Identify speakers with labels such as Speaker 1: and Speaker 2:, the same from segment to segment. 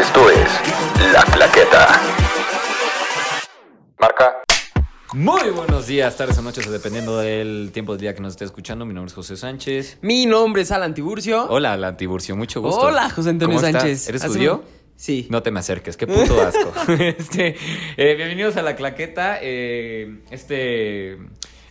Speaker 1: Esto es La Claqueta. Marca.
Speaker 2: Muy buenos días, tardes o noches, dependiendo del tiempo del día que nos esté escuchando. Mi nombre es José Sánchez.
Speaker 3: Mi nombre es Alan Tiburcio.
Speaker 2: Hola, Alan Tiburcio, mucho gusto.
Speaker 3: Hola, José Antonio
Speaker 2: ¿Cómo estás?
Speaker 3: Sánchez.
Speaker 2: ¿Eres
Speaker 3: Hace
Speaker 2: judío?
Speaker 3: un- Sí.
Speaker 2: No te me acerques, qué puto asco. Este, eh, bienvenidos a La Claqueta, eh, este,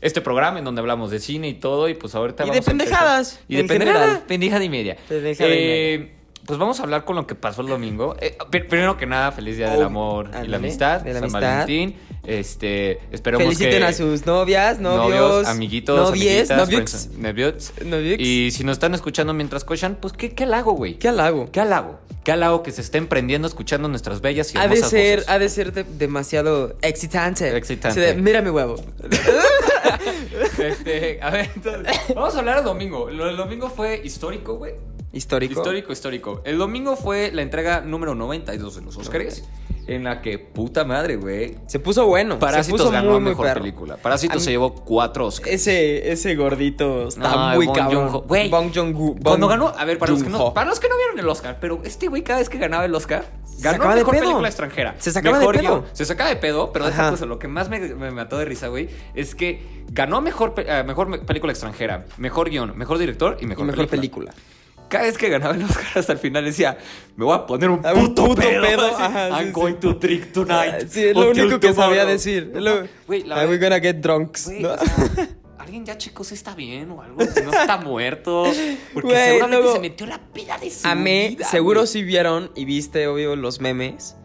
Speaker 2: este programa en donde hablamos de cine y todo, y pues ahorita
Speaker 3: Y
Speaker 2: vamos
Speaker 3: de
Speaker 2: a empezar-
Speaker 3: pendejadas,
Speaker 2: Y de
Speaker 3: en
Speaker 2: pendejadas,
Speaker 3: general.
Speaker 2: pendejada y media.
Speaker 3: Pendejada y
Speaker 2: Eh, Pues vamos a hablar con lo que pasó el domingo. Eh, pr- primero que nada, feliz día del
Speaker 3: Oh,
Speaker 2: amor y la
Speaker 3: ándale,
Speaker 2: amistad,
Speaker 3: de la
Speaker 2: San
Speaker 3: amistad.
Speaker 2: Valentín. Este, esperemos
Speaker 3: Feliciten
Speaker 2: que
Speaker 3: a sus novias, novios,
Speaker 2: amiguitos,
Speaker 3: novies,
Speaker 2: amiguitas,
Speaker 3: noviux.
Speaker 2: friends- noviux.
Speaker 3: Noviux.
Speaker 2: Y si nos están escuchando mientras cochan, pues qué qué halago, güey.
Speaker 3: ¿Qué halago?
Speaker 2: Qué halago, qué halago que se estén prendiendo escuchando nuestras bellas y
Speaker 3: Ha de
Speaker 2: hermosas
Speaker 3: ser,
Speaker 2: voces.
Speaker 3: ha de ser de- demasiado excitante.
Speaker 2: Excitante.
Speaker 3: O sea, de, mira mi huevo.
Speaker 2: Este, a ver, entonces, vamos a hablar del domingo. Lo del domingo fue histórico, güey.
Speaker 3: Histórico.
Speaker 2: Histórico, histórico. El domingo fue la entrega número 92 de los Oscars, en la que puta madre, güey.
Speaker 3: Se puso bueno. se
Speaker 2: Parásitos
Speaker 3: puso
Speaker 2: ganó
Speaker 3: muy,
Speaker 2: a
Speaker 3: muy
Speaker 2: mejor
Speaker 3: perro.
Speaker 2: película. Parásitos
Speaker 3: A mí-
Speaker 2: se llevó cuatro Oscars.
Speaker 3: Ese, ese gordito está
Speaker 2: No, Ah,
Speaker 3: muy
Speaker 2: Bong
Speaker 3: cabrón.
Speaker 2: Joon-ho. Güey,
Speaker 3: Bong Jong
Speaker 2: Cuando ganó, a ver, para los, que no, para los que no vieron el Oscar, pero este güey cada vez que ganaba el Oscar, ganó
Speaker 3: sacaba de
Speaker 2: mejor
Speaker 3: pedo.
Speaker 2: película extranjera.
Speaker 3: Se sacaba de
Speaker 2: Mejor
Speaker 3: pedo.
Speaker 2: guión. Se sacaba de pedo, pero deja
Speaker 3: Ajá.
Speaker 2: tú eso, lo que más me, me mató de risa, güey, es que ganó mejor, pe- eh, mejor me- película extranjera, mejor guión, mejor director y mejor,
Speaker 3: mejor, mejor
Speaker 2: película.
Speaker 3: película.
Speaker 2: Cada vez que ganaba el Oscar hasta el final decía, me voy a poner un
Speaker 3: Ah,
Speaker 2: puto,
Speaker 3: un puto
Speaker 2: pedo.
Speaker 3: pedo,
Speaker 2: así,
Speaker 3: ajá, sí,
Speaker 2: I'm
Speaker 3: sí.
Speaker 2: going to drink tonight.
Speaker 3: Ah, Sí, es lo
Speaker 2: until
Speaker 3: único que sabía
Speaker 2: tomorrow".
Speaker 3: decir. Es lo-
Speaker 2: Güey, la
Speaker 3: "Are we
Speaker 2: verdad-
Speaker 3: gonna get drunks.
Speaker 2: Güey,
Speaker 3: ¿no?
Speaker 2: o sea, alguien ya chicos está bien o algo, si no está muerto. Porque
Speaker 3: Güey,
Speaker 2: seguramente
Speaker 3: luego-
Speaker 2: se metió la pila de su
Speaker 3: Amé,
Speaker 2: vida,
Speaker 3: seguro
Speaker 2: güey.
Speaker 3: sí vieron y viste, obvio, los memes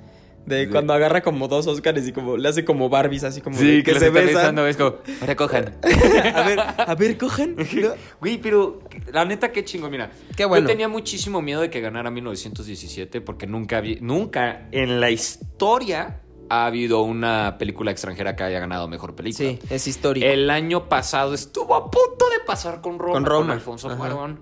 Speaker 3: de
Speaker 2: Sí.
Speaker 3: cuando agarra como dos Óscares y como le hace como Barbies, así como de
Speaker 2: Sí, que,
Speaker 3: que se besan.
Speaker 2: besando, es como, recojan.
Speaker 3: a ver, a ver, cojan. ¿no?
Speaker 2: Güey, pero la neta, qué chingo, mira.
Speaker 3: Qué
Speaker 2: Yo
Speaker 3: bueno.
Speaker 2: tenía muchísimo miedo de que ganara 1917 porque nunca vi, nunca en la historia ha habido una película extranjera que haya ganado mejor película.
Speaker 3: Sí, es histórico.
Speaker 2: El año pasado estuvo a punto de pasar con Roma.
Speaker 3: Con Roma,
Speaker 2: Alfonso
Speaker 3: ajá.
Speaker 2: Cuarón.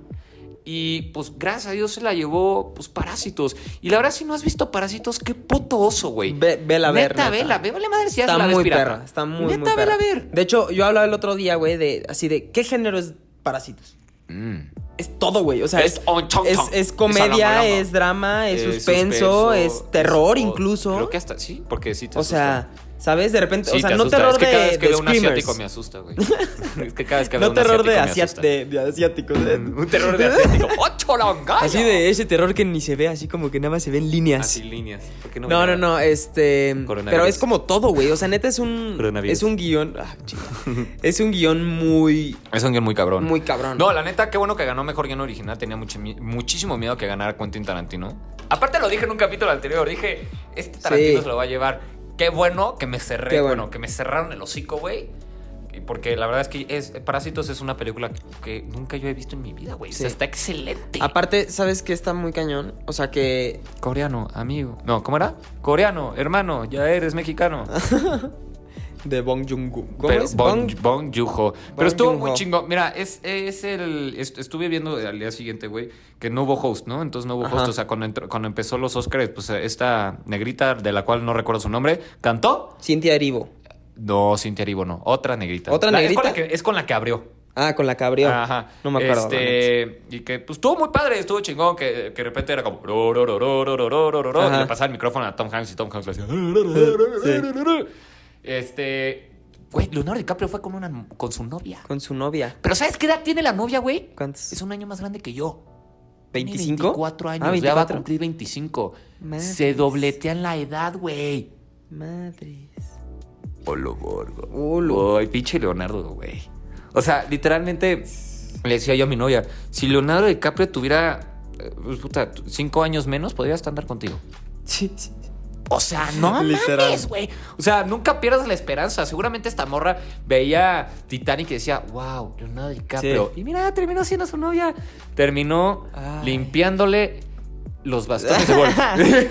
Speaker 2: Y pues gracias a Dios se la llevó pues Parásitos. Y la verdad, si no has visto Parásitos, qué puto oso, güey.
Speaker 3: Ve- vela a ver,
Speaker 2: Neta,
Speaker 3: neta.
Speaker 2: vela, ve- vale madre si ya
Speaker 3: Está
Speaker 2: se la ves
Speaker 3: muy
Speaker 2: pirata.
Speaker 3: perra, está muy,
Speaker 2: Neta,
Speaker 3: muy perra.
Speaker 2: vela a ver.
Speaker 3: De hecho, yo hablaba el otro día, güey, de así de qué género es Parásitos.
Speaker 2: Mm.
Speaker 3: Es todo, güey. O sea,
Speaker 2: Es
Speaker 3: es,
Speaker 2: on chon
Speaker 3: es,
Speaker 2: chon.
Speaker 3: es
Speaker 2: Es a la
Speaker 3: comedia,
Speaker 2: mala.
Speaker 3: es drama, es
Speaker 2: Eh,
Speaker 3: suspenso, es terror
Speaker 2: o-
Speaker 3: incluso.
Speaker 2: Creo que hasta, sí, porque sí te
Speaker 3: o
Speaker 2: asusta.
Speaker 3: sea, ¿sabes? De repente,
Speaker 2: Sí,
Speaker 3: o sea,
Speaker 2: te
Speaker 3: no
Speaker 2: asusta.
Speaker 3: terror
Speaker 2: es que
Speaker 3: de,
Speaker 2: cada vez que
Speaker 3: de
Speaker 2: veo un
Speaker 3: screamers.
Speaker 2: asiático me asusta, güey. es que cada vez que veo
Speaker 3: No
Speaker 2: un
Speaker 3: terror de,
Speaker 2: asiático me
Speaker 3: asiat-
Speaker 2: asusta. Mm,
Speaker 3: de, de asiáticos. ¿eh?
Speaker 2: Un terror de asiático. ¡Ocho langallo!
Speaker 3: Así de ese terror que ni se ve, así como que nada más se ven líneas.
Speaker 2: Así líneas. ¿Por qué Ah, no,
Speaker 3: no,
Speaker 2: me
Speaker 3: no,
Speaker 2: llaman?
Speaker 3: no, este.
Speaker 2: Coronavirus.
Speaker 3: Pero es como todo, güey. O sea, neta es un.
Speaker 2: Coronavirus.
Speaker 3: Es un guión. ah, chinga. es un guión muy.
Speaker 2: Es un guión muy cabrón.
Speaker 3: Muy cabrón.
Speaker 2: No, la neta, qué bueno que ganó mejor guión original. Tenía mucho mi- muchísimo miedo que ganara Quentin Tarantino. Aparte, lo dije en un capítulo anterior. Dije, este Tarantino
Speaker 3: Sí.
Speaker 2: se lo va a llevar. Qué bueno que me cerré.
Speaker 3: Qué
Speaker 2: bueno.
Speaker 3: bueno.
Speaker 2: que me cerraron el hocico, güey. Y Porque la verdad es que es, Parásitos es una película que nunca yo he visto en mi vida, güey. O sea,
Speaker 3: Sí.
Speaker 2: está excelente.
Speaker 3: Aparte, ¿sabes qué está muy cañón? O sea, que.
Speaker 2: Coreano, amigo. No, ¿cómo era? Coreano, hermano, ya eres mexicano.
Speaker 3: De Bong Joon-ho. ¿Cómo
Speaker 2: Pero
Speaker 3: es?
Speaker 2: Bong,
Speaker 3: Bong-
Speaker 2: Bong Joon-ho. Pero estuvo
Speaker 3: Joon-ho.
Speaker 2: muy chingo. Mira, es, es el. est- estuve viendo al día siguiente, güey, que no hubo host, ¿no? Entonces no hubo
Speaker 3: Ajá.
Speaker 2: host. O sea, cuando, entró- cuando empezó los Oscars, pues esta negrita, de la cual no recuerdo su nombre, cantó.
Speaker 3: Cynthia Erivo.
Speaker 2: No, Cintia Erivo, no. Otra negrita.
Speaker 3: ¿Otra
Speaker 2: La- es
Speaker 3: negrita?
Speaker 2: con la que- es con la que abrió.
Speaker 3: Ah, con la cabrio.
Speaker 2: Ajá.
Speaker 3: No me acuerdo. la neta.
Speaker 2: Este, y que pues estuvo muy padre, estuvo chingón, que, que de repente era como... ro, ro, ro, ro, ro, ro, ro, ro, ro, ro,
Speaker 3: Ajá.
Speaker 2: y le pasaba el micrófono a Tom Hanks y Tom Hanks le hacía... ro, ro, ro, ro,
Speaker 3: Sí.
Speaker 2: ro, ro, ro. Este... Güey, Leonardo DiCaprio fue con, una, con su novia.
Speaker 3: Con su novia.
Speaker 2: Pero ¿sabes qué edad tiene la novia, güey?
Speaker 3: ¿Cuántos?
Speaker 2: Es un año más grande que yo. Tiene
Speaker 3: ¿25?
Speaker 2: 24 años,
Speaker 3: Ah,
Speaker 2: ya va a
Speaker 3: 24.
Speaker 2: cumplir 25.
Speaker 3: Madres.
Speaker 2: Se dobletean la edad, güey.
Speaker 3: Madres.
Speaker 2: Olo Borgo.
Speaker 3: Olo.
Speaker 2: Ay, pinche Leonardo, güey. O sea, literalmente le decía yo a mi novia, si Leonardo DiCaprio tuviera, eh, pues, puta, t- cinco años menos, podría hasta andar contigo.
Speaker 3: Sí, sí.
Speaker 2: O sea, no
Speaker 3: Literal.
Speaker 2: mames, güey. O sea, nunca pierdas la esperanza. Seguramente esta morra veía Titanic y decía, wow, Leonardo DiCaprio.
Speaker 3: Sí.
Speaker 2: Y mira, terminó siendo su novia. Terminó
Speaker 3: Ay.
Speaker 2: limpiándole los bastones de golf.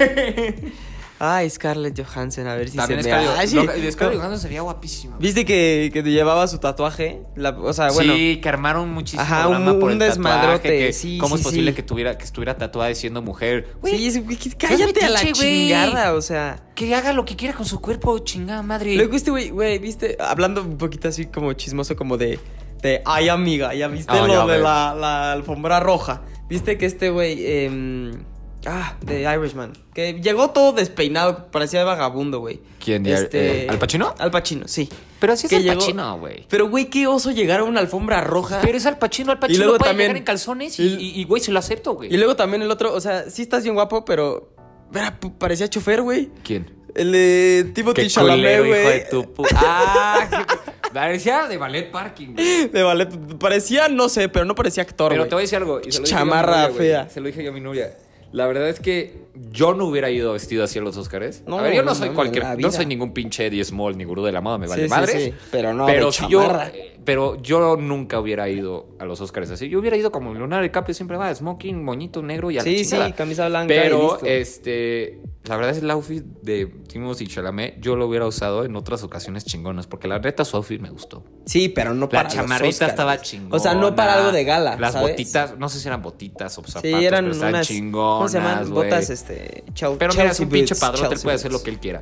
Speaker 3: Ay, Scarlett Johansson, a ver si
Speaker 2: También
Speaker 3: se
Speaker 2: Scarlett-
Speaker 3: ve. Ay, sí.
Speaker 2: no, Scarlett Johansson sería guapísima.
Speaker 3: ¿Viste que, que te llevaba su tatuaje? La- o sea, Ah, bueno.
Speaker 2: sí, que armaron muchísimo
Speaker 3: Ajá,
Speaker 2: drama
Speaker 3: un-
Speaker 2: por el
Speaker 3: un
Speaker 2: tatuaje,
Speaker 3: desmadrote,
Speaker 2: que
Speaker 3: sí,
Speaker 2: ¿Cómo
Speaker 3: sí,
Speaker 2: es posible
Speaker 3: sí.
Speaker 2: que tuviera que estuviera tatuada siendo mujer? Güey,
Speaker 3: Sí, es- güey, que-
Speaker 2: no
Speaker 3: cállate
Speaker 2: es
Speaker 3: a la
Speaker 2: metiche, güey.
Speaker 3: chingada, o sea.
Speaker 2: que haga lo que quiera con su cuerpo, chingada madre.
Speaker 3: Luego este güey, güey, viste, hablando un poquito así como chismoso, como de, de ay amiga, ya viste
Speaker 2: Ah,
Speaker 3: lo
Speaker 2: ya
Speaker 3: de
Speaker 2: ves.
Speaker 3: la, la alfombra roja. Viste que este güey, em, Ah, de Irishman. Que llegó todo despeinado, parecía vagabundo, güey. Este,
Speaker 2: ¿Quién? ¿De- eh, ¿Al Pacino?
Speaker 3: Al Pacino, sí.
Speaker 2: Pero así es
Speaker 3: Que
Speaker 2: Al
Speaker 3: llegó-
Speaker 2: Pacino, güey.
Speaker 3: Pero, güey, qué oso llegar a una alfombra roja.
Speaker 2: Pero es Al Pacino, Al Pacino
Speaker 3: luego
Speaker 2: puede
Speaker 3: también-
Speaker 2: llegar en calzones y,
Speaker 3: y-
Speaker 2: y- y, güey, se lo acepto, güey.
Speaker 3: Y luego también el otro, o sea, sí estás bien guapo, pero. Verá, p- parecía chofer, güey.
Speaker 2: ¿Quién?
Speaker 3: El de Timothy Chalamet,
Speaker 2: culero, hijo de
Speaker 3: güey.
Speaker 2: tu pu- Ah, qué- parecía de ballet parking, güey.
Speaker 3: De ballet. Parecía, no sé, pero no parecía actor,
Speaker 2: Pero
Speaker 3: güey.
Speaker 2: te voy a decir algo. y se lo dije yo a mi
Speaker 3: Chamarra
Speaker 2: novia, güey,
Speaker 3: fea.
Speaker 2: Se lo dije yo a mi novia. La verdad es que yo no hubiera ido vestido así a los Óscares.
Speaker 3: No,
Speaker 2: a ver, yo no
Speaker 3: no,
Speaker 2: soy
Speaker 3: no,
Speaker 2: cualquier...
Speaker 3: en la
Speaker 2: No
Speaker 3: vida.
Speaker 2: soy ningún pinche Eddie Small ni gurú de la moda, me vale
Speaker 3: sí,
Speaker 2: madres.
Speaker 3: sí, pero no
Speaker 2: Pero
Speaker 3: de
Speaker 2: si yo...
Speaker 3: chamarra.
Speaker 2: eh, Pero yo nunca hubiera ido a los Óscares así. Yo hubiera ido como Leonardo DiCaprio siempre va, smoking, moñito negro y a la
Speaker 3: Sí,
Speaker 2: chingada.
Speaker 3: sí, camisa blanca y
Speaker 2: Pero,
Speaker 3: listo.
Speaker 2: este... La verdad es el outfit de Timothy Chalamet yo lo hubiera usado en otras ocasiones chingonas. Porque la neta su outfit me gustó.
Speaker 3: Sí, pero no para
Speaker 2: La
Speaker 3: los
Speaker 2: chamarrita
Speaker 3: Óscares.
Speaker 2: estaba chingona.
Speaker 3: O sea, no para algo de gala.
Speaker 2: Las
Speaker 3: ¿sabes?
Speaker 2: botitas, no sé si eran botitas o zapatos,
Speaker 3: Sí, eran
Speaker 2: pero estaban
Speaker 3: unas.
Speaker 2: chingonas,
Speaker 3: ¿Cómo se llaman?
Speaker 2: güey.
Speaker 3: Botas, este. Chau,
Speaker 2: Pero mira, es un pinche padrote,
Speaker 3: padrote
Speaker 2: él puede hacer lo que él quiera.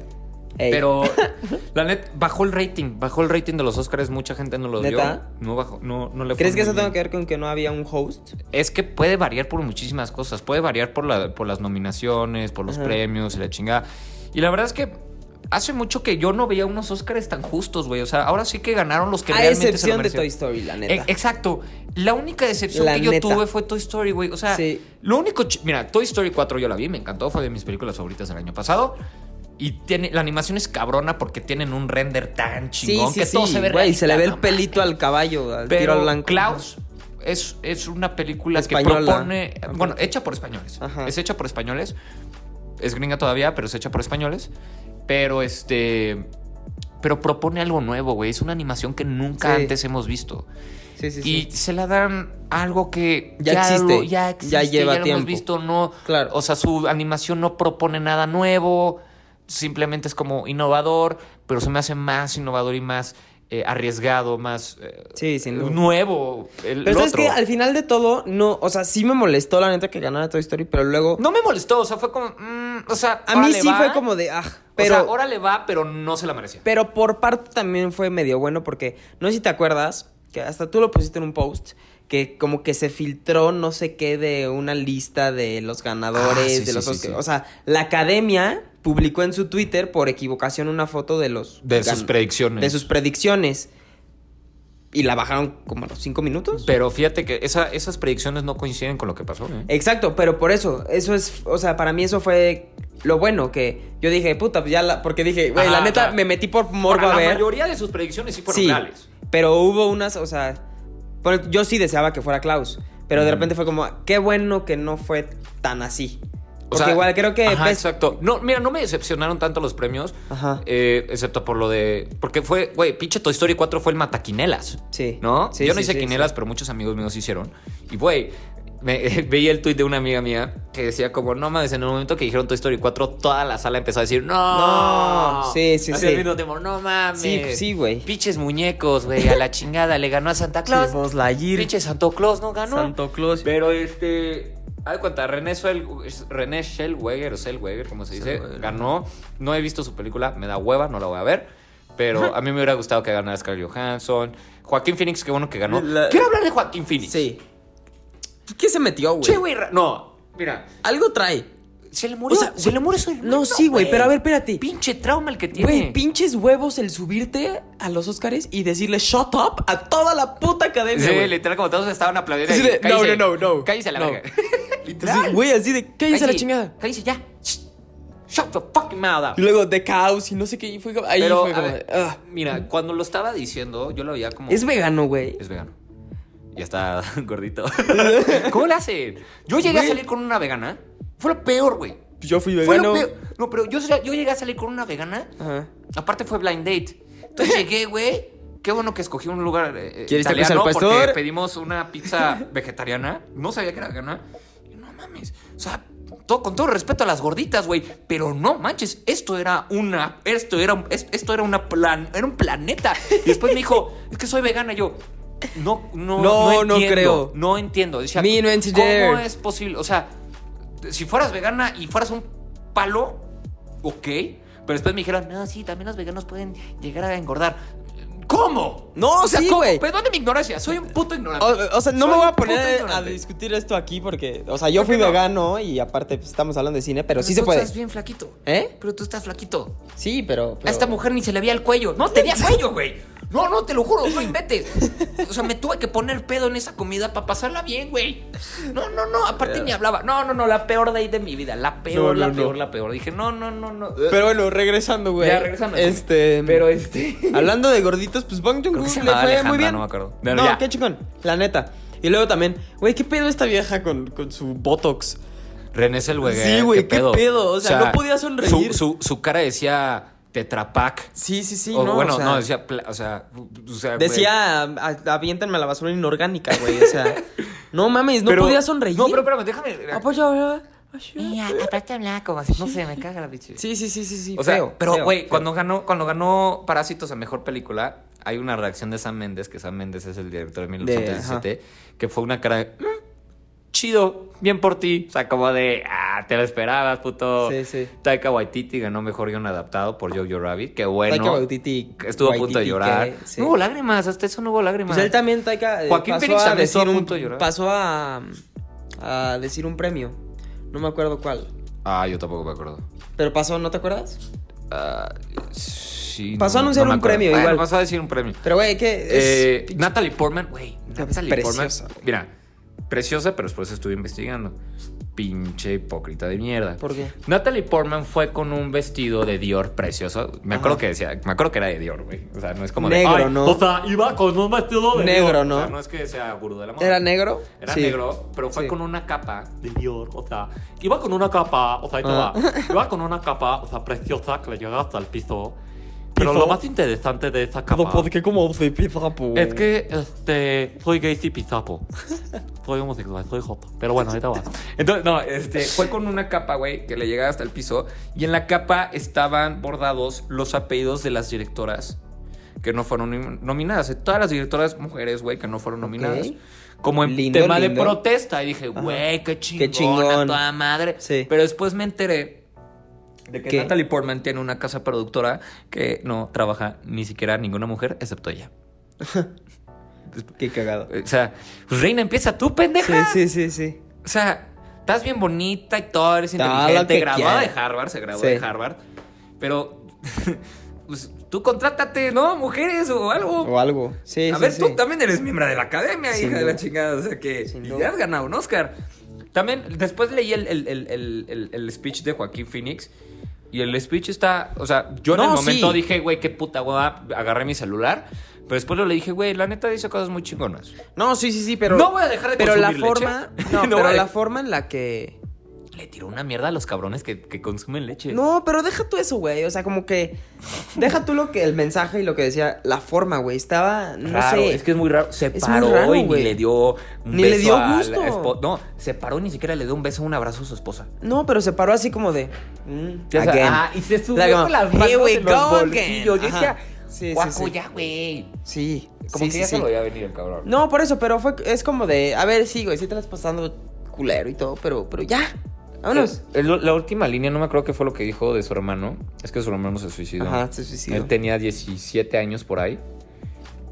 Speaker 3: Ey.
Speaker 2: Pero la net bajó el rating, bajó el rating de los Oscars, mucha gente no lo
Speaker 3: ¿Neta?
Speaker 2: vio. No bajó, no, no le fue
Speaker 3: ¿Crees que
Speaker 2: muy
Speaker 3: eso
Speaker 2: bien.
Speaker 3: tenga que ver con que no había un host?
Speaker 2: Es que puede variar por muchísimas cosas. Puede variar por, la- por las nominaciones, por los premios y la chingada. Y la verdad es que hace mucho que yo no veía unos Oscars tan justos, güey. O sea, ahora sí que ganaron los que
Speaker 3: A
Speaker 2: realmente se lo
Speaker 3: excepción de
Speaker 2: merecían.
Speaker 3: Toy Story, la neta.
Speaker 2: E- Exacto. La única decepción
Speaker 3: La
Speaker 2: que yo
Speaker 3: neta.
Speaker 2: tuve fue Toy Story, güey. O sea,
Speaker 3: Sí.
Speaker 2: lo único. ch- Mira, Toy Story 4 yo la vi, me encantó. Fue de mis películas favoritas del año pasado. Y tiene, la animación es cabrona porque tienen un render tan chingón que todo se ve
Speaker 3: Güey, se le ve el
Speaker 2: realista, no
Speaker 3: pelito al caballo, al tiro
Speaker 2: pero
Speaker 3: al blanco.
Speaker 2: Klaus es, es una película que
Speaker 3: Española.
Speaker 2: propone. Bueno, hecha por españoles.
Speaker 3: Ajá.
Speaker 2: Es hecha por españoles. Es gringa todavía, pero es hecha por españoles. Pero este. Pero propone algo nuevo, güey. Es una animación que nunca
Speaker 3: Sí.
Speaker 2: antes hemos visto.
Speaker 3: Sí, sí, sí.
Speaker 2: Y se la dan a algo que
Speaker 3: Ya existe,
Speaker 2: lo- ya
Speaker 3: ya
Speaker 2: existe,
Speaker 3: lleva
Speaker 2: lo hemos
Speaker 3: tiempo.
Speaker 2: visto, no.
Speaker 3: Claro.
Speaker 2: O sea, su animación no propone nada nuevo, simplemente es como innovador, pero se me hace más innovador y más eh, arriesgado, más eh,
Speaker 3: Sí, sin duda.
Speaker 2: nuevo. El,
Speaker 3: Pero
Speaker 2: el
Speaker 3: sabes
Speaker 2: otro.
Speaker 3: que al final de todo, no, o sea, sí me molestó la neta que ganara Toy Story, pero luego.
Speaker 2: No me molestó, o sea, fue como. mm, o sea,
Speaker 3: a mí
Speaker 2: órale,
Speaker 3: sí
Speaker 2: va.
Speaker 3: fue como de. Ah,
Speaker 2: O
Speaker 3: pero.
Speaker 2: sea, ahora le va, pero no se la merecía.
Speaker 3: Pero por parte también fue medio bueno porque no sé si te acuerdas que hasta tú lo pusiste en un post que como que se filtró no sé qué de una lista de los ganadores
Speaker 2: Ah, sí,
Speaker 3: de
Speaker 2: sí,
Speaker 3: los
Speaker 2: sí,
Speaker 3: Oscar-
Speaker 2: sí.
Speaker 3: o sea la academia publicó en su Twitter por equivocación una foto de los
Speaker 2: De sus
Speaker 3: gan-
Speaker 2: predicciones.
Speaker 3: de sus predicciones y la bajaron como a los cinco minutos
Speaker 2: Pero fíjate que esa- esas predicciones no coinciden con lo que pasó. ¿eh?
Speaker 3: Exacto, pero por eso, eso es, o sea, para mí eso fue lo bueno que yo dije, puta, pues ya la, porque dije, güey,
Speaker 2: Ajá,
Speaker 3: la neta
Speaker 2: claro.
Speaker 3: me metí por morbo
Speaker 2: Ahora,
Speaker 3: a
Speaker 2: la
Speaker 3: ver.
Speaker 2: mayoría de sus predicciones sí fueron
Speaker 3: sí,
Speaker 2: reales.
Speaker 3: Pero hubo unas, o sea, por- yo sí deseaba que fuera Klaus, pero de repente fue como, qué bueno que no fue tan así.
Speaker 2: O
Speaker 3: Porque
Speaker 2: sea,
Speaker 3: igual creo que pues,
Speaker 2: ajá,
Speaker 3: ves-
Speaker 2: exacto. No, mira, no me decepcionaron tanto los premios.
Speaker 3: Ajá.
Speaker 2: eh, excepto por lo de. Porque fue, güey, pinche Toy Story 4 fue el mataquinelas.
Speaker 3: Sí.
Speaker 2: ¿No?
Speaker 3: Sí,
Speaker 2: Yo no
Speaker 3: sí,
Speaker 2: hice
Speaker 3: sí,
Speaker 2: quinelas, pero muchos amigos míos hicieron. Y, güey, me- veía el tuit de una amiga mía que decía, como, no mames, en el momento que dijeron Toy Story 4, toda la sala empezó a decir, no.
Speaker 3: No, sí, sí,
Speaker 2: Así al
Speaker 3: sí.
Speaker 2: mismo tiempo, no mames.
Speaker 3: Sí, pues sí, güey.
Speaker 2: Pinches muñecos, güey, a la chingada, le ganó a Santa Claus.
Speaker 3: Buzz Lightyear.
Speaker 2: Pinche Santo Claus no ganó.
Speaker 3: Santo Claus.
Speaker 2: Pero este. Haz de cuenta, René, Zell- René Zellweger, o Zellweger, como se dice,
Speaker 3: Zellweger.
Speaker 2: ganó. No he visto su película, me da hueva, no la voy a ver. Pero a mí me hubiera gustado que ganara Scarlett Johansson. Joaquín Phoenix, qué bueno que ganó.
Speaker 3: La-
Speaker 2: Quiero hablar de Joaquín Phoenix.
Speaker 3: Sí. ¿Qué- ¿Qué se metió, güey?
Speaker 2: Che, güey, ra- no. Mira,
Speaker 3: Algo trae.
Speaker 2: se le murió,
Speaker 3: O sea,
Speaker 2: se le
Speaker 3: güey,
Speaker 2: murió su hermano,
Speaker 3: no, sí, güey, pero a ver, espérate.
Speaker 2: Pinche trauma el que tiene.
Speaker 3: Güey, pinches huevos el subirte a los Oscars y decirle shut up a toda la puta academia.
Speaker 2: Sí,
Speaker 3: güey.
Speaker 2: literal, como todos estaban aplaudiendo.
Speaker 3: Así
Speaker 2: ahí,
Speaker 3: de, no,
Speaker 2: "Cállese,
Speaker 3: no, no, no,
Speaker 2: Cállese a la
Speaker 3: no".
Speaker 2: verga.
Speaker 3: Así, Güey, así de cállese la
Speaker 2: Cállese,
Speaker 3: chingada.
Speaker 2: Cállese ya. Shh. Shut the fucking mouth up.
Speaker 3: Y luego de caos y no sé qué. y fue como- ahí
Speaker 2: Pero,
Speaker 3: fue
Speaker 2: a
Speaker 3: como,
Speaker 2: ver,
Speaker 3: ah.
Speaker 2: mira, cuando lo estaba diciendo, yo lo veía como.
Speaker 3: Es vegano, güey.
Speaker 2: es vegano. Ya está gordito. ¿Cómo le hacen? Yo llegué a
Speaker 3: Güey.
Speaker 2: salir con una vegana. Fue lo peor, güey.
Speaker 3: Yo fui
Speaker 2: Fue lo
Speaker 3: vegano.
Speaker 2: peor. No, pero yo, yo llegué a salir con una vegana.
Speaker 3: Ajá.
Speaker 2: Aparte fue blind date. Entonces llegué, güey. Qué bueno que escogí un lugar eh,
Speaker 3: ¿Quieres tacos
Speaker 2: italiano
Speaker 3: al pastor?
Speaker 2: porque pedimos una pizza vegetariana. No sabía que era vegana. Y no mames. O sea, todo, con todo respeto a las gorditas, güey. Pero no manches, esto era una. Esto era, un- es- esto era una plan. Era un planeta. Y después me dijo, es que soy vegana. Y yo. No, no,
Speaker 3: No,
Speaker 2: no,
Speaker 3: no
Speaker 2: entiendo,
Speaker 3: creo.
Speaker 2: No entiendo. Decía,
Speaker 3: Me no entender.
Speaker 2: ¿Cómo es posible? O sea, si fueras vegana y fueras un palo, ok. Pero después me dijeron, no, sí, también los veganos pueden llegar a engordar. ¿Cómo? ¿Cómo?
Speaker 3: No,
Speaker 2: O sea,
Speaker 3: sí,
Speaker 2: ¿cómo?
Speaker 3: güey.
Speaker 2: Perdón de mi ignorancia, soy un puto ignorante.
Speaker 3: O, o sea, no
Speaker 2: Soy
Speaker 3: me voy a
Speaker 2: un puto
Speaker 3: poner a
Speaker 2: ignorante.
Speaker 3: discutir esto aquí porque, o sea, yo
Speaker 2: ¿Por
Speaker 3: fui
Speaker 2: qué no?
Speaker 3: vegano y aparte pues, estamos hablando de cine, pero sí se
Speaker 2: tú
Speaker 3: puede.
Speaker 2: estás bien flaquito.
Speaker 3: ¿Eh?
Speaker 2: Pero tú estás flaquito.
Speaker 3: Sí, pero...
Speaker 2: A
Speaker 3: pero-
Speaker 2: esta mujer ni se le veía el cuello. No tenía cuello, güey. No, no, te lo juro, no inventes. O sea, me tuve que poner pedo en esa comida para pasarla bien, güey. No, no, no, aparte ni hablaba. No, no, no, la peor day de mi vida. La peor,
Speaker 3: No, no,
Speaker 2: la
Speaker 3: no.
Speaker 2: peor, la peor. Dije, no, no, no, no.
Speaker 3: Pero bueno, regresando, güey.
Speaker 2: Ya, regresando.
Speaker 3: Este...
Speaker 2: Pero este.
Speaker 3: Hablando de gorditos, pues Bong
Speaker 2: Creo
Speaker 3: Joon-ho
Speaker 2: que
Speaker 3: le
Speaker 2: se
Speaker 3: fue
Speaker 2: llamaba Alejandra,
Speaker 3: muy bien.
Speaker 2: no me acuerdo.
Speaker 3: No,
Speaker 2: Bueno, ya.
Speaker 3: qué chingón, la neta. Y luego también, güey, ¿qué pedo esta vieja con, con su Botox?
Speaker 2: René es el güey.
Speaker 3: Sí, güey, qué pedo. O sea, no podía
Speaker 2: Su,
Speaker 3: sonreír.
Speaker 2: su, su cara decía tetrapac.
Speaker 3: Sí, sí, sí,
Speaker 2: o,
Speaker 3: no,
Speaker 2: bueno,
Speaker 3: o sea,
Speaker 2: no, decía. pla- O sea, o sea, güey.
Speaker 3: decía, "A- aviéntenme a la basura inorgánica, güey, o sea, no mames, no
Speaker 2: Pero-
Speaker 3: podía sonreír.
Speaker 2: No, pero espérame, déjame.
Speaker 3: Ah, pues ya, ya, ya.
Speaker 2: Mira, aparte hablaba como así. No sé, me caga la bicha.
Speaker 3: Sí, sí, sí, sí, sí,
Speaker 2: O sea,
Speaker 3: feo,
Speaker 2: pero
Speaker 3: feo,
Speaker 2: güey,
Speaker 3: feo.
Speaker 2: cuando ganó, cuando ganó Parásitos a Mejor Película, hay una reacción de Sam Méndez, que Sam Méndez es el director de 1917, que fue una cara de, "Mm, chido, bien por ti. O sea, como de, ah, te lo esperabas, puto.
Speaker 3: Sí, sí.
Speaker 2: Taika Waititi ganó Mejor Guión Adaptado por Jojo Rabbit, qué bueno.
Speaker 3: Taika Waititi-
Speaker 2: Estuvo a punto de
Speaker 3: Waititi,
Speaker 2: llorar.
Speaker 3: que- sí.
Speaker 2: No hubo lágrimas, hasta eso no hubo lágrimas.
Speaker 3: Pues él también, Taika, eh,
Speaker 2: Joaquín
Speaker 3: pasó
Speaker 2: Phoenix
Speaker 3: a
Speaker 2: también estuvo
Speaker 3: decir
Speaker 2: a
Speaker 3: un,
Speaker 2: punto de llorar.
Speaker 3: pasó a, a decir un premio, no me acuerdo cuál,
Speaker 2: Ah, yo tampoco me acuerdo.
Speaker 3: pero pasó, ¿no te acuerdas?
Speaker 2: Ah, sí,
Speaker 3: Pasó a anunciar
Speaker 2: me
Speaker 3: un
Speaker 2: acuerdo.
Speaker 3: premio,
Speaker 2: Bueno,
Speaker 3: igual.
Speaker 2: Pasó a decir un premio.
Speaker 3: Pero, güey, que
Speaker 2: Eh, Natalie Portman, güey. Natalie
Speaker 3: preciosa,
Speaker 2: Portman.
Speaker 3: güey.
Speaker 2: Mira, preciosa, pero después estuve investigando. Pinche hipócrita de mierda.
Speaker 3: ¿Por qué?
Speaker 2: Natalie Portman fue con un vestido de Dior precioso. Me acuerdo que decía, me acuerdo que era de Dior, güey. O sea, no es como de.
Speaker 3: Negro,
Speaker 2: "Ay,
Speaker 3: ¿no?
Speaker 2: O sea, iba con un vestido de Dior".
Speaker 3: Negro, ¿no?
Speaker 2: O sea, no es que sea gurú de la moda.
Speaker 3: ¿Era negro?
Speaker 2: Era
Speaker 3: Sí.
Speaker 2: negro, pero fue
Speaker 3: Sí.
Speaker 2: con una capa de Dior, o sea, iba con una capa, o sea, y toda, iba con una capa, o sea, preciosa que le llega hasta el piso. Pero
Speaker 3: Piso.
Speaker 2: lo más interesante de esa capa
Speaker 3: como soy pizapo?
Speaker 2: es que, este, soy gay y pizapo. Soy homosexual, soy joto. Pero bueno, ahorita va. Entonces, no, este, fue con una capa, güey, que le llegaba hasta el piso. Y en la capa estaban bordados los apellidos de las directoras que no fueron nim- nominadas. Eh, Todas las directoras mujeres, güey, que no fueron nominadas. Como en
Speaker 3: Lindo,
Speaker 2: tema de
Speaker 3: lindo.
Speaker 2: protesta. Y dije, güey, qué chingón. Qué
Speaker 3: chingón.
Speaker 2: Toda madre.
Speaker 3: Sí.
Speaker 2: Pero después me enteré de que
Speaker 3: ¿Qué?
Speaker 2: Natalie Portman tiene una casa productora que no trabaja ni siquiera ninguna mujer excepto ella.
Speaker 3: Pues, Qué cagado.
Speaker 2: O sea, pues, reina, empieza tú, pendeja.
Speaker 3: Sí, sí, sí, sí.
Speaker 2: O sea, estás bien bonita y todo, eres
Speaker 3: Todo lo
Speaker 2: inteligente,
Speaker 3: que
Speaker 2: graduada
Speaker 3: quieras.
Speaker 2: de Harvard, se graduó
Speaker 3: Sí.
Speaker 2: de Harvard. Pero, pues, tú contrátate, ¿no? Mujeres o algo.
Speaker 3: O algo. Sí,
Speaker 2: A
Speaker 3: sí,
Speaker 2: ver,
Speaker 3: sí.
Speaker 2: tú también eres miembro de la academia,
Speaker 3: Sin
Speaker 2: hija de
Speaker 3: duda.
Speaker 2: la chingada. O sea que
Speaker 3: Sin
Speaker 2: y
Speaker 3: duda.
Speaker 2: ya has ganado un Oscar. También, después leí el, el- el- el- el- el speech de Joaquín Phoenix. Y el speech está. O sea, yo en
Speaker 3: No,
Speaker 2: el momento
Speaker 3: sí.
Speaker 2: dije, güey, qué puta hueva. Agarré mi celular. Pero después le dije, güey, la neta dice cosas muy chingonas.
Speaker 3: No, sí, sí, sí, pero.
Speaker 2: No voy a dejar de
Speaker 3: Pero la
Speaker 2: consumir leche.
Speaker 3: forma. No,
Speaker 2: No voy
Speaker 3: pero
Speaker 2: a
Speaker 3: la
Speaker 2: dej-
Speaker 3: forma en la que.
Speaker 2: Le tiró una mierda a los cabrones que, que consumen leche.
Speaker 3: No, pero deja tú eso, güey. O sea, como que. Deja tú lo que. El mensaje y lo que decía. La forma, güey. Estaba. No
Speaker 2: raro,
Speaker 3: sé.
Speaker 2: es que es muy raro. Se
Speaker 3: Es muy
Speaker 2: paró
Speaker 3: raro,
Speaker 2: y
Speaker 3: güey.
Speaker 2: ni le dio. un
Speaker 3: Ni le
Speaker 2: beso
Speaker 3: dio
Speaker 2: a la
Speaker 3: gusto.
Speaker 2: espo- No, se paró y ni siquiera le dio un beso, un abrazo a su esposa.
Speaker 3: No, pero se paró así como de. mm,
Speaker 2: Ya sabes,
Speaker 3: again.
Speaker 2: ah, y se subió
Speaker 3: O sea, como,
Speaker 2: con las
Speaker 3: "Here
Speaker 2: manos
Speaker 3: we
Speaker 2: en los
Speaker 3: go again".
Speaker 2: bolsillos. Yo
Speaker 3: Ajá.
Speaker 2: decía,
Speaker 3: Sí, sí,
Speaker 2: guaco,
Speaker 3: sí.
Speaker 2: ya, güey.
Speaker 3: Sí.
Speaker 2: Como
Speaker 3: sí,
Speaker 2: que
Speaker 3: sí,
Speaker 2: ya se
Speaker 3: sí.
Speaker 2: lo había venido el cabrón.
Speaker 3: No, por eso, pero fue. Es como de. A ver, sí, güey. Sí, te la estás pasando culero y todo, pero, pero ya. Vámonos.
Speaker 2: Eh, lo- la última línea, no me acuerdo qué fue lo que dijo de su hermano. Es que su hermano se suicidó.
Speaker 3: Ajá, se suicidó.
Speaker 2: Él tenía 17 años por ahí.